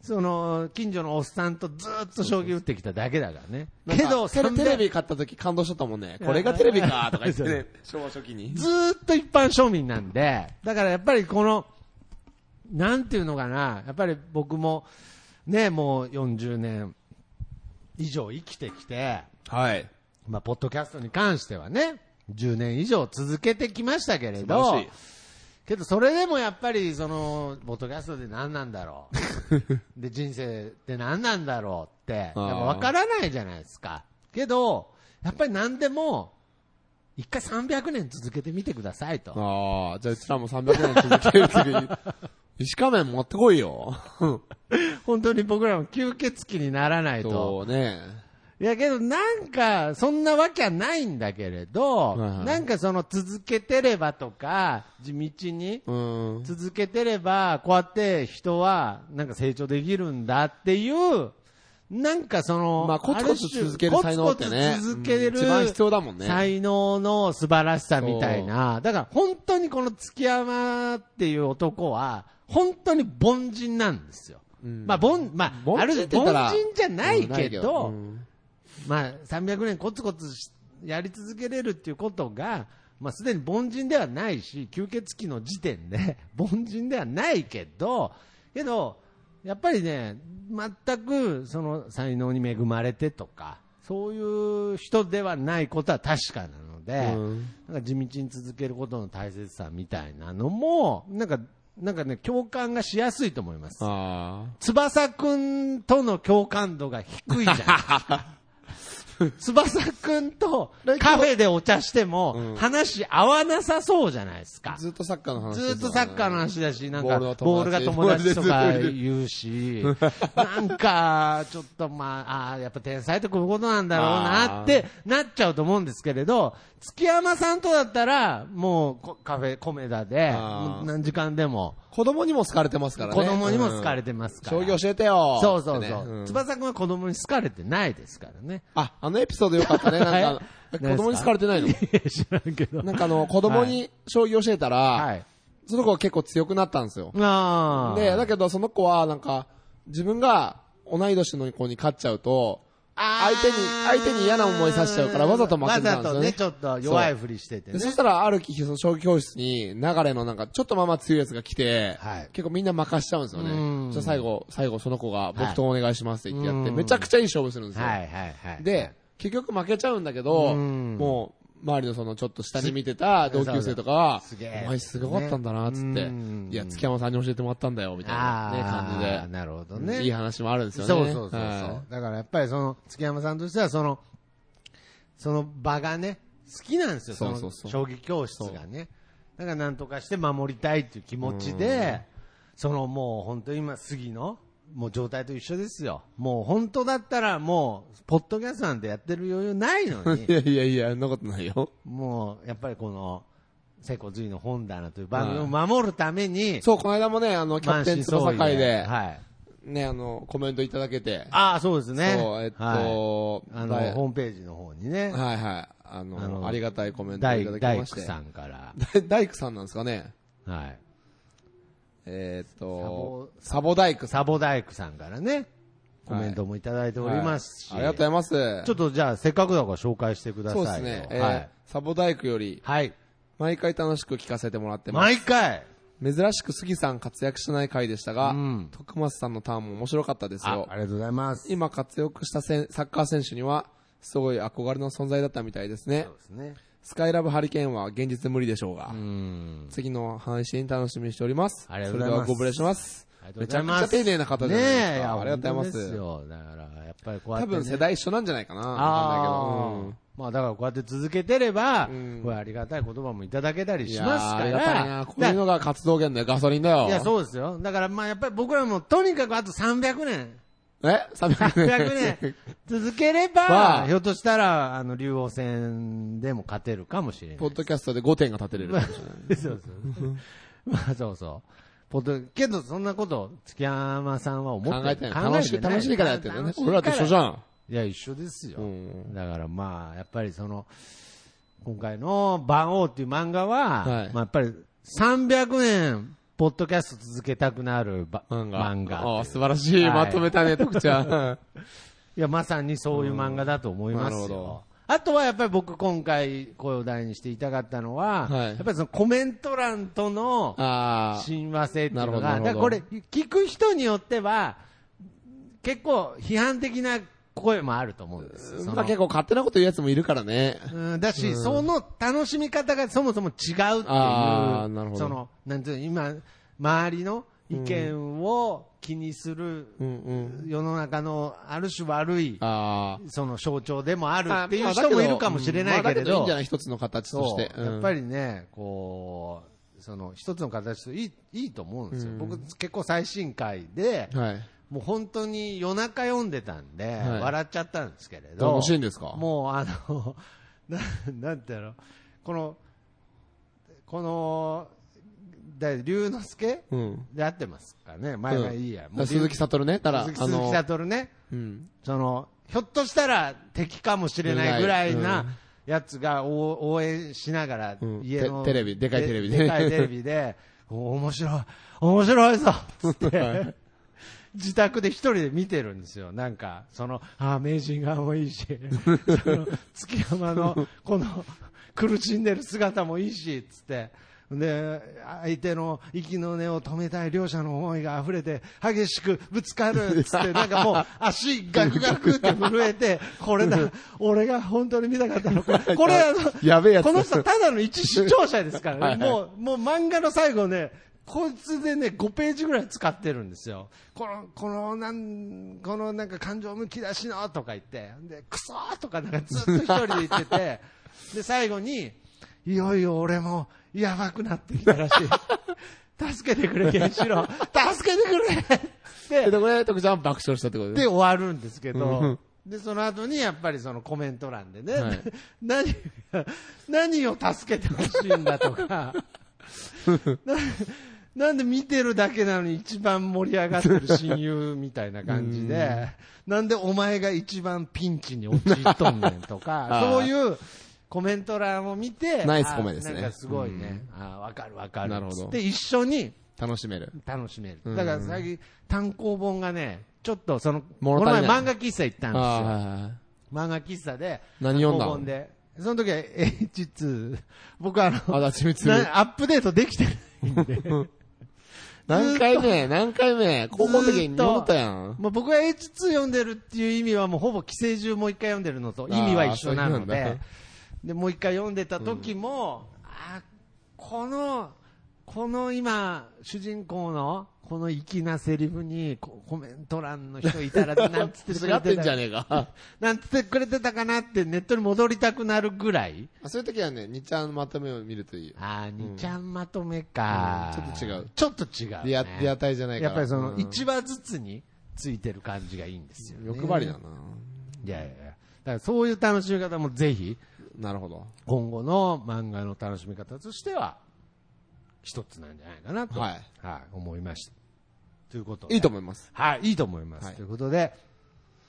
Speaker 4: その、近所のおっさんとずっと将棋打ってきただけだからね。
Speaker 3: なん
Speaker 4: け
Speaker 3: か
Speaker 4: ど、
Speaker 3: テレ
Speaker 4: 300
Speaker 3: テレビ買った時感動しとったもんね。これがテレビかとか言ってね、昭和初期に。
Speaker 4: ずーっと一般庶民なんで、だからやっぱりこの、なんていうのかな、やっぱり僕も、ね、もう40年以上生きてきて、
Speaker 3: はい。
Speaker 4: まあ、ポッドキャストに関してはね、10年以上続けてきましたけれ
Speaker 3: 素晴ら
Speaker 4: ど
Speaker 3: しい、
Speaker 4: けどそれでもやっぱり、その、ポッドキャストで何なんだろ う。で、人生って何なんだろうって、やっぱ分からないじゃないですか。けど、やっぱり何でも、一回300年続けてみてくださいと。
Speaker 3: ああ、じゃあうちらも300年続ける次に。石仮面持ってこ いよ。
Speaker 4: 本当に僕らも吸血鬼にならないと。
Speaker 3: そうね。
Speaker 4: いやけどなんか、そんなわけはないんだけれど、
Speaker 3: はいはい
Speaker 4: なんかその続けてればとか、地道に
Speaker 3: うん。
Speaker 4: 続けてれば、こうやって人はなんか成長できるんだっていう、なんかその、
Speaker 3: まあコツコツ続ける才能ってね
Speaker 4: コツコツ続けれる、
Speaker 3: うん一番必要だもんね
Speaker 4: 才能の素晴らしさみたいな。だから本当にこの月山っていう男は、本当に凡人なんですよ。
Speaker 3: うん
Speaker 4: まあ、凡、まあ、ある
Speaker 3: って言ったら
Speaker 4: 凡人じゃないけど、
Speaker 3: うん
Speaker 4: まあ、300年コツコツしやり続けれるっていうことが、まあ、すでに凡人ではないし、吸血鬼の時点で 凡人ではないけど、けど、やっぱりね、全くその才能に恵まれてとか、そういう人ではないことは確かなので、
Speaker 3: うん
Speaker 4: なんか地道に続けることの大切さみたいなのも、なんか、なんかね、共感がしやすいと思います。
Speaker 3: あ
Speaker 4: 翼くんとの共感度が低いじゃん。 翼くんとカフェでお茶しても話合わなさそうじゃないです
Speaker 3: あ。
Speaker 4: か。
Speaker 3: ずっとサッカーの話。
Speaker 4: ずっとサッカーの。話だし、なんか、
Speaker 3: ボールは友達
Speaker 4: ボールが友達とか言うし、なんか、ちょっとまあ、ああー、やっぱ天才ってこういうことなんだろうなってなっちゃうと思うんですけれど、月山さんとだったら、もうこカフェ、コメダで、
Speaker 3: あー
Speaker 4: 何時間でも、
Speaker 3: 子供にも好かれてますからね。
Speaker 4: 子供にも好かれてますから。
Speaker 3: うん将棋教えてよ。
Speaker 4: そうそう
Speaker 3: って
Speaker 4: そ
Speaker 3: ね
Speaker 4: う。
Speaker 3: ん
Speaker 4: 翼くんは子供に好かれてないですからね。
Speaker 3: あ、あのエピソードよかったね。なんか、子
Speaker 4: 何ですか
Speaker 3: 供に好かれてないの
Speaker 4: 知らんけど。
Speaker 3: なんかあの、子供に将棋教えたら、
Speaker 4: はい。
Speaker 3: その子が結構強くなったんですよ。
Speaker 4: ああ。
Speaker 3: で、だけどその子はなんか、自分が同い年の子に勝っちゃうと、相手に、相手に嫌な思いさせちゃうからわざと負けてたん
Speaker 4: わ
Speaker 3: で
Speaker 4: ざ
Speaker 3: す
Speaker 4: と
Speaker 3: よ
Speaker 4: ね、
Speaker 3: ね。
Speaker 4: ちょっと弱いふりしててね。
Speaker 3: でそしたらある日、その将棋教室に流れのなんか、ちょっとまあまあ強いやつが来て、
Speaker 4: はい
Speaker 3: 結構みんな任しちゃうんですよ
Speaker 4: うん
Speaker 3: ね。じゃあ最後、最後その子が
Speaker 4: は
Speaker 3: 僕
Speaker 4: い
Speaker 3: とお願いしますって言ってやって、
Speaker 4: うん
Speaker 3: めちゃくちゃいい勝負するんですよ。
Speaker 4: はいはいはい。
Speaker 3: で、結局負けちゃうんだけ
Speaker 4: う
Speaker 3: ど、
Speaker 4: ん
Speaker 3: もう、周りのそのちょっと下に見てた同級生とかは
Speaker 4: そうだすげえ、
Speaker 3: お前すごかったんだな、つって
Speaker 4: うん。
Speaker 3: いや、月山さんに教えてもらったんだよ、みたいなね
Speaker 4: ああ、
Speaker 3: 感じで。
Speaker 4: なるほどね。
Speaker 3: いい話もあるんですよね。
Speaker 4: そうそうそうそう、
Speaker 3: は
Speaker 4: だからやっぱりその、月山さんとしてはその、その場がね、好きなんですよ、そ
Speaker 3: そうそうそ
Speaker 4: の
Speaker 3: う
Speaker 4: 将棋教室がね。だからなんとかして守りたいっていう気持ちで、そのもう本当今、杉の、もう状態と一緒ですよ。もう本当だったらもう、ポッドキャストなんてやってる余裕ないのに
Speaker 3: い、やいやいや、そんなことないよ。
Speaker 4: もうやっぱりこの、セコズイの本棚という番組を守るために、
Speaker 3: そう、この間もね、あの、キャプテン翼会で、
Speaker 4: はい。
Speaker 3: ね、あの、コメントいただけて、
Speaker 4: ああ、そうですね。
Speaker 3: そう、えっ
Speaker 4: はい
Speaker 3: と、
Speaker 4: あ
Speaker 3: だい
Speaker 4: の、ホームページの方にね、
Speaker 3: はいはい、あ
Speaker 4: あの
Speaker 3: の、ありがたいコメントを
Speaker 4: 大
Speaker 3: いただき
Speaker 4: 大
Speaker 3: まし
Speaker 4: 工
Speaker 3: て。
Speaker 4: さんから。
Speaker 3: 大 大工さんなんですかね。
Speaker 4: はい。
Speaker 3: えっ
Speaker 4: サボ
Speaker 3: と、サボ大工さん。
Speaker 4: サボ大工さんからね、コメントもいただいておりますし。
Speaker 3: はいありがとうございます。
Speaker 4: ちょっとじゃあ、せっかくだから紹介してくださ
Speaker 3: そ
Speaker 4: いうよ。
Speaker 3: ですね。えー
Speaker 4: はい。
Speaker 3: サボ大工より、
Speaker 4: はい。
Speaker 3: 毎回楽しく聞かせてもらってま
Speaker 4: 毎
Speaker 3: す。
Speaker 4: 回
Speaker 3: 珍しく杉さん活躍しない回でしたが、
Speaker 4: うん
Speaker 3: 徳松さんのターンも面白かったです
Speaker 4: あ
Speaker 3: よ
Speaker 4: あ。りがとうございます。
Speaker 3: 今活躍したせんサッカー選手には、すごい憧れの存在だったみたいですね
Speaker 4: そう。ですね。
Speaker 3: スカイラブハリケーンは現実無理でしょうが、
Speaker 4: うん。
Speaker 3: 次の配信楽しみにしております。
Speaker 4: ありがとうございます
Speaker 3: それではご無礼します。
Speaker 4: ありがとうご
Speaker 3: めち
Speaker 4: ざ
Speaker 3: ゃ
Speaker 4: い
Speaker 3: く
Speaker 4: ま
Speaker 3: ち
Speaker 4: す
Speaker 3: ゃ丁寧な方じゃないです
Speaker 4: ねえ、いや
Speaker 3: か。ありがとうございま
Speaker 4: 本当です
Speaker 3: す。
Speaker 4: よ。だから、やっぱりこうや
Speaker 3: 多
Speaker 4: って、ね。
Speaker 3: 分世代一緒なんじゃないかな。わかん
Speaker 4: あ
Speaker 3: ないけど
Speaker 4: あ、
Speaker 3: うん
Speaker 4: まあだからこうやって続けてれば、
Speaker 3: うん
Speaker 4: こういうありがたい言葉もいただけたり
Speaker 3: い
Speaker 4: し
Speaker 3: や
Speaker 4: ます
Speaker 3: ー
Speaker 4: から。
Speaker 3: ありがたいな。こういうのが活動源だよ。ガソリンだよ。
Speaker 4: いや、そうですよ。だから、まあ、やっぱり僕らも、とにかくあと300年、
Speaker 3: え ?300
Speaker 4: 300年 続けれ
Speaker 3: ま
Speaker 4: ば、
Speaker 3: あ
Speaker 4: ひょっとしたら、あの、竜王戦でも勝てるかもしれな
Speaker 3: ポ
Speaker 4: い
Speaker 3: ッ。ドキャストで5点が立てれるかもしれない。
Speaker 4: そうそう。 まあ、そうそう。ポッドけど、そんなこと、月山さんは思って
Speaker 3: 考えてない。
Speaker 4: 考
Speaker 3: 楽
Speaker 4: え
Speaker 3: しい、
Speaker 4: て
Speaker 3: 楽しいからやってるんだよね
Speaker 4: 楽。しい
Speaker 3: 俺らと一緒じゃん。
Speaker 4: いや、一緒ですよ。
Speaker 3: うん
Speaker 4: だからまあ、やっぱりその、今回の、万王っていう漫画は、
Speaker 3: はい
Speaker 4: まあやっぱり300年、ポッドキャスト続けたくなるば
Speaker 3: 漫画。
Speaker 4: 漫画っていう
Speaker 3: ああ、素晴らしい。
Speaker 4: はい
Speaker 3: まとめたね、徳ちゃん。
Speaker 4: いや、まさにそういう漫画だと思います
Speaker 3: うん
Speaker 4: よ
Speaker 3: なるほど。
Speaker 4: あとはやっぱり僕今回声を大にして言いたかったのは、
Speaker 3: はい
Speaker 4: やっぱりそのコメント欄との
Speaker 3: ああ。
Speaker 4: 親和性っていうのが、
Speaker 3: なるほどなる
Speaker 4: だ
Speaker 3: ほど
Speaker 4: からこれ聞く人によっては、結構批判的な声もあると思うんですよ。その
Speaker 3: まあ結構勝手なこと言うやつもいるからね。
Speaker 4: うんだし、その楽しみ方がそもそも違うっていう、
Speaker 3: あーなるほど
Speaker 4: その、なんていうの、今、周りの意見を気にする、
Speaker 3: うんうん。
Speaker 4: 世の中のある種悪い、
Speaker 3: あ
Speaker 4: その象徴でもある
Speaker 3: あ。
Speaker 4: ってい
Speaker 3: ま
Speaker 4: う
Speaker 3: あ
Speaker 4: 人もいるかもしれないけれ
Speaker 3: まあだいいん
Speaker 4: ど
Speaker 3: じゃ、ない一つの形とし
Speaker 4: そう
Speaker 3: て。
Speaker 4: やっぱ
Speaker 3: り。
Speaker 4: りね、こう、その一つの形といいいいと思うんですよ、僕、結構最新回で、
Speaker 3: はい。
Speaker 4: もう本当に夜中読んでたんで、
Speaker 3: はい
Speaker 4: 笑っちゃったんですけれど、
Speaker 3: 楽しいんですか
Speaker 4: もうあの、 ななんていうの、この、この、だ龍之介
Speaker 3: うん。
Speaker 4: で合ってますかね、前がいいや、
Speaker 3: うん鈴木悟ね。たら、
Speaker 4: 鈴木
Speaker 3: あ
Speaker 4: 鈴木
Speaker 3: の、
Speaker 4: 悟ね、
Speaker 3: うん。
Speaker 4: その、ひょっとしたら敵かもしれないぐらい
Speaker 3: うん
Speaker 4: なやつが応応援しながら
Speaker 3: うん、
Speaker 4: 家の、
Speaker 3: テテレビでかいテレビ
Speaker 4: で。
Speaker 3: で
Speaker 4: でかいテレビで、 お面白い、面白いぞつっ
Speaker 3: は
Speaker 4: て
Speaker 3: い、
Speaker 4: 自宅で一人で見てるんですよ。なんか、その、ああ、名人がもいいし、 その月山 の、この、苦しんでる姿もいいし、つって。で、相手の息の根を止めたい両者の思いが溢れて、激しくぶつかる、つって、なんかもう、足ガクガクって震えて、こ れだ、俺が本当に見たかったの、これ、これあの、
Speaker 3: やべえやつだ
Speaker 4: この 人ただの一視聴者ですからね。
Speaker 3: はいはい
Speaker 4: もう、もう漫画の最後ね、こいつでね、5ページぐらい使ってるんですよ。この、この、なん、このなんか感情むき出しのとか言って、で、クソーとかなんかずっと一人で言って て、で、最後に、いよいよ俺もやばくなってきた らしい。助けてくれ、ケンシロウ。助けてくれって
Speaker 3: え、で、これ、徳ちゃん爆笑したってこと
Speaker 4: で終わるんですけ
Speaker 3: う
Speaker 4: ど
Speaker 3: ん、
Speaker 4: で、その後にやっぱりそのコメント欄でね、
Speaker 3: はい
Speaker 4: 何、 何を助けてほしいんだとか、ななんで見てるだけなのに一番盛り上がってる親友みたいな感じで、なんでお前が一番ピンチに陥っとんねんとか、
Speaker 3: あー
Speaker 4: そういうコメント欄を見て、
Speaker 3: ナイスコメです
Speaker 4: あ
Speaker 3: ね
Speaker 4: ーなんかすごいね、あーわかるわかる。
Speaker 3: なるほど
Speaker 4: つって一緒に
Speaker 3: 楽しめる。
Speaker 4: 楽しめる。
Speaker 3: うん
Speaker 4: だから最近単行本がね、ちょっとその、こ
Speaker 3: 物
Speaker 4: の
Speaker 3: 足りな
Speaker 4: 前
Speaker 3: い
Speaker 4: 漫画喫茶行ったんですよ。
Speaker 3: あ
Speaker 4: 漫画喫茶で、
Speaker 3: 何読んだ
Speaker 4: 単行本で。その時は H2。僕はあ
Speaker 3: あ。
Speaker 4: の、
Speaker 3: あ、だちみつ。
Speaker 4: なアップデートできてないんで。
Speaker 3: 何回目何回目高校の時に戻ったやん。
Speaker 4: まあ、僕が H2 読んでるっていう意味はもうほぼ寄生獣もう一回読んでるのと
Speaker 3: あ
Speaker 4: 意
Speaker 3: ー
Speaker 4: 味は一緒なの
Speaker 3: そういう
Speaker 4: で
Speaker 3: んだ、
Speaker 4: で、もう一回読んでた時も、あ、この、この今、主人公の、この粋なセリフに、こコメント欄の人いたら、なんつってく
Speaker 3: すが
Speaker 4: れ
Speaker 3: って
Speaker 4: て
Speaker 3: ん
Speaker 4: た
Speaker 3: じゃねえか。
Speaker 4: なんつってくれてたかなってネットに戻りたくなるぐらい。
Speaker 3: あそういう時はね、2ちゃんのまとめを見るといいよ。
Speaker 4: ああ、2ちゃんまとめか、
Speaker 3: うんちょっと違う
Speaker 4: ちょっと違うね、
Speaker 3: リア、リアタイじゃないから。
Speaker 4: やっぱりその、
Speaker 3: うん
Speaker 4: 1話ずつについてる感じがいいんですよ、ね。
Speaker 3: 欲張りだ
Speaker 4: い
Speaker 3: な。
Speaker 4: やいやいや。だからそういう楽しみ方もぜひ、
Speaker 3: なるほど。
Speaker 4: 今後の漫画の楽しみ方としては、一つなんじゃないかなと、
Speaker 3: は
Speaker 4: はい思いました。ということで
Speaker 3: いいと思います。
Speaker 4: はい、いいと思います。
Speaker 3: はい
Speaker 4: ということで、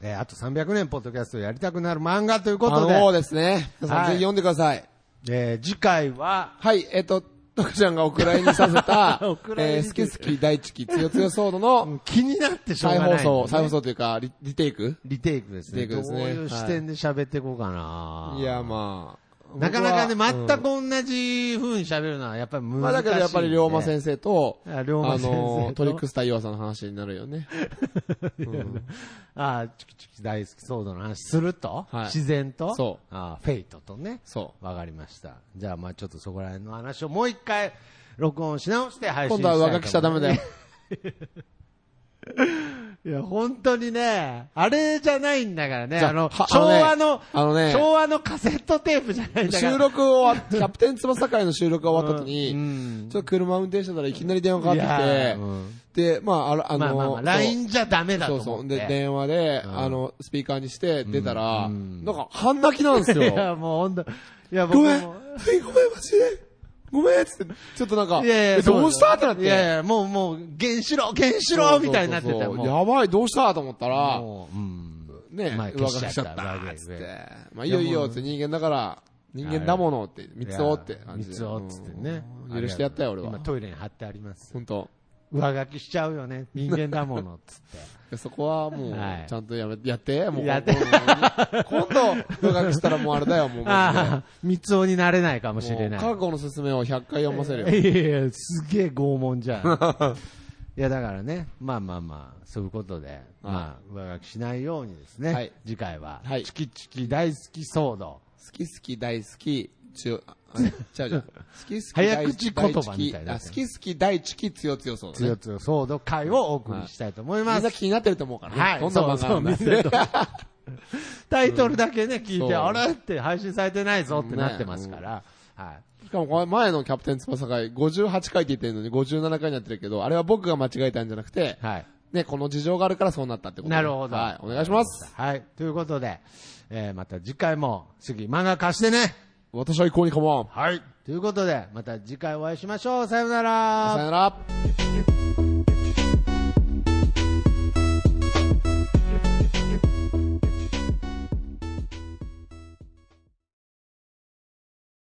Speaker 4: えーあと300年ポッドキャストをやりたくなる漫画ということで、
Speaker 3: そうですね。皆さ
Speaker 4: は
Speaker 3: ん
Speaker 4: い
Speaker 3: ぜひ読んでください。
Speaker 4: えー次回は、
Speaker 3: はい、えっと、徳ちゃんがお蔵入りさせた
Speaker 4: お、蔵入り
Speaker 3: えー、好き好き大地きつよつよソードの
Speaker 4: 気になってしょう
Speaker 3: 再
Speaker 4: がない、
Speaker 3: 放送、再放送というか、リリテイク
Speaker 4: リテイクですね。
Speaker 3: リテイクですね
Speaker 4: どういう視点で喋っていこうかな、
Speaker 3: いや、まあ。
Speaker 4: なかなかね、
Speaker 3: 僕は
Speaker 4: 全く同じ風に喋るのはやっぱり難しいんで。
Speaker 3: まあだけどやっぱり龍馬先生と、
Speaker 4: あ龍馬先生と
Speaker 3: あの、トリックスター岩さんの話になるよね。
Speaker 4: ああ、チキチキ大好きソードの話すると、
Speaker 3: はい
Speaker 4: 自然と
Speaker 3: そ
Speaker 4: ああフェイトとね。
Speaker 3: そ
Speaker 4: わかりました。じゃあまあちょっとそこら辺の話をもう一回録音し直して配
Speaker 3: う。
Speaker 4: 信し
Speaker 3: 今
Speaker 4: たい
Speaker 3: 度
Speaker 4: と思
Speaker 3: はい上書きしちゃダメだよ。
Speaker 4: いや、本当にね、あれじゃないんだからね、
Speaker 3: じゃ
Speaker 4: あの、
Speaker 3: は
Speaker 4: 昭和の、
Speaker 3: あのね
Speaker 4: 昭和のカセットテープじゃないんだから。
Speaker 3: 収録を終わっ、キャプテン翼会の収録が終わった後
Speaker 4: う
Speaker 3: に、
Speaker 4: ん
Speaker 3: ちょっと車運転してたらいきなり電話かか
Speaker 4: い
Speaker 3: って
Speaker 4: やうん
Speaker 3: きて、で、まあ、あらあ
Speaker 4: まあまあ
Speaker 3: の
Speaker 4: まあ、、
Speaker 3: そう
Speaker 4: LINE じゃダメだと
Speaker 3: そう
Speaker 4: 思っ
Speaker 3: そう。
Speaker 4: て。
Speaker 3: で、電話で、
Speaker 4: ん
Speaker 3: あの、スピーカーにして出たら、
Speaker 4: うん
Speaker 3: なんか半泣きなんで す
Speaker 4: い
Speaker 3: よ。
Speaker 4: や、もう本当いや、
Speaker 3: ご
Speaker 4: 僕
Speaker 3: めん、
Speaker 4: も。
Speaker 3: はいごめん、マジで。ごめん、つって、ちょっとなんか、
Speaker 4: いやい
Speaker 3: え
Speaker 4: や、
Speaker 3: どうしたってなって。
Speaker 4: いやいや、もう、もう、原子炉、原子炉みたいになってた
Speaker 3: そうそうそう
Speaker 4: もう
Speaker 3: やばい、どうしたと思ったら、
Speaker 4: もう、うん。
Speaker 3: ね、
Speaker 4: まあ
Speaker 3: 上書きしちゃ
Speaker 4: 消
Speaker 3: っ
Speaker 4: しちゃった
Speaker 3: た、つっ
Speaker 4: 上書き
Speaker 3: て。まあ、いいよいいよ、つって人間だから、人間だものって、三つおって感じで。
Speaker 4: 三つおっつってね。
Speaker 3: うん許してやったよ、俺
Speaker 4: 今
Speaker 3: は。
Speaker 4: トイレに貼ってあります。
Speaker 3: 本当
Speaker 4: 上書きしちゃうよね。人間だもの、つ って。
Speaker 3: そこはもう
Speaker 4: はい、
Speaker 3: ちゃんとやめ、やって、もう。
Speaker 4: やって
Speaker 3: もう今度、上書きしたらもうあれだよ、もう マ
Speaker 4: ああ、三つ男になれないかも
Speaker 3: ジ
Speaker 4: し
Speaker 3: で。
Speaker 4: れない。
Speaker 3: もう過去のすすめを100回読ませるよ。
Speaker 4: いやいや、すげえ拷問 じゃん。いや、だからね、まあまあまあ、そういうことで、まあ、上書きしないようにですね、
Speaker 3: はい
Speaker 4: 次回は、
Speaker 3: はい
Speaker 4: チキチキ大好き騒動。
Speaker 3: 好き好き大好き、ちゅ、 ああれちゃうじゃん。好き好き
Speaker 4: 早
Speaker 3: 大好
Speaker 4: 口
Speaker 3: き、
Speaker 4: 言葉みたいな
Speaker 3: 大好きあ好き好き大好き強強そうだ
Speaker 4: つ
Speaker 3: ね
Speaker 4: よ。つよ騒動会をお送りしたいと思い
Speaker 3: み
Speaker 4: ま
Speaker 3: ん
Speaker 4: す
Speaker 3: な。気になってると思うからね。
Speaker 4: はい、
Speaker 3: どんな漫画なん
Speaker 4: そ
Speaker 3: だ
Speaker 4: うそうみんなとタイトルだけね、聞
Speaker 3: そ
Speaker 4: いうて、あれって配信されてないぞってなってますから、は
Speaker 3: しかもこの前のキャプテン翼が58回って言ってるのに57回になってるけど、あれは僕が間違えたんじゃなくて、
Speaker 4: い。はい。
Speaker 3: ね、この事情があるからそうなったってことね
Speaker 4: なるほど。
Speaker 3: はい、お願いします。。
Speaker 4: はい、ということで、えーまた次回も、次、漫画貸してね
Speaker 3: 私は一向に構わん。
Speaker 4: はい。ということで、また次回お会いしましょう。さよう
Speaker 3: さよなら。
Speaker 4: なら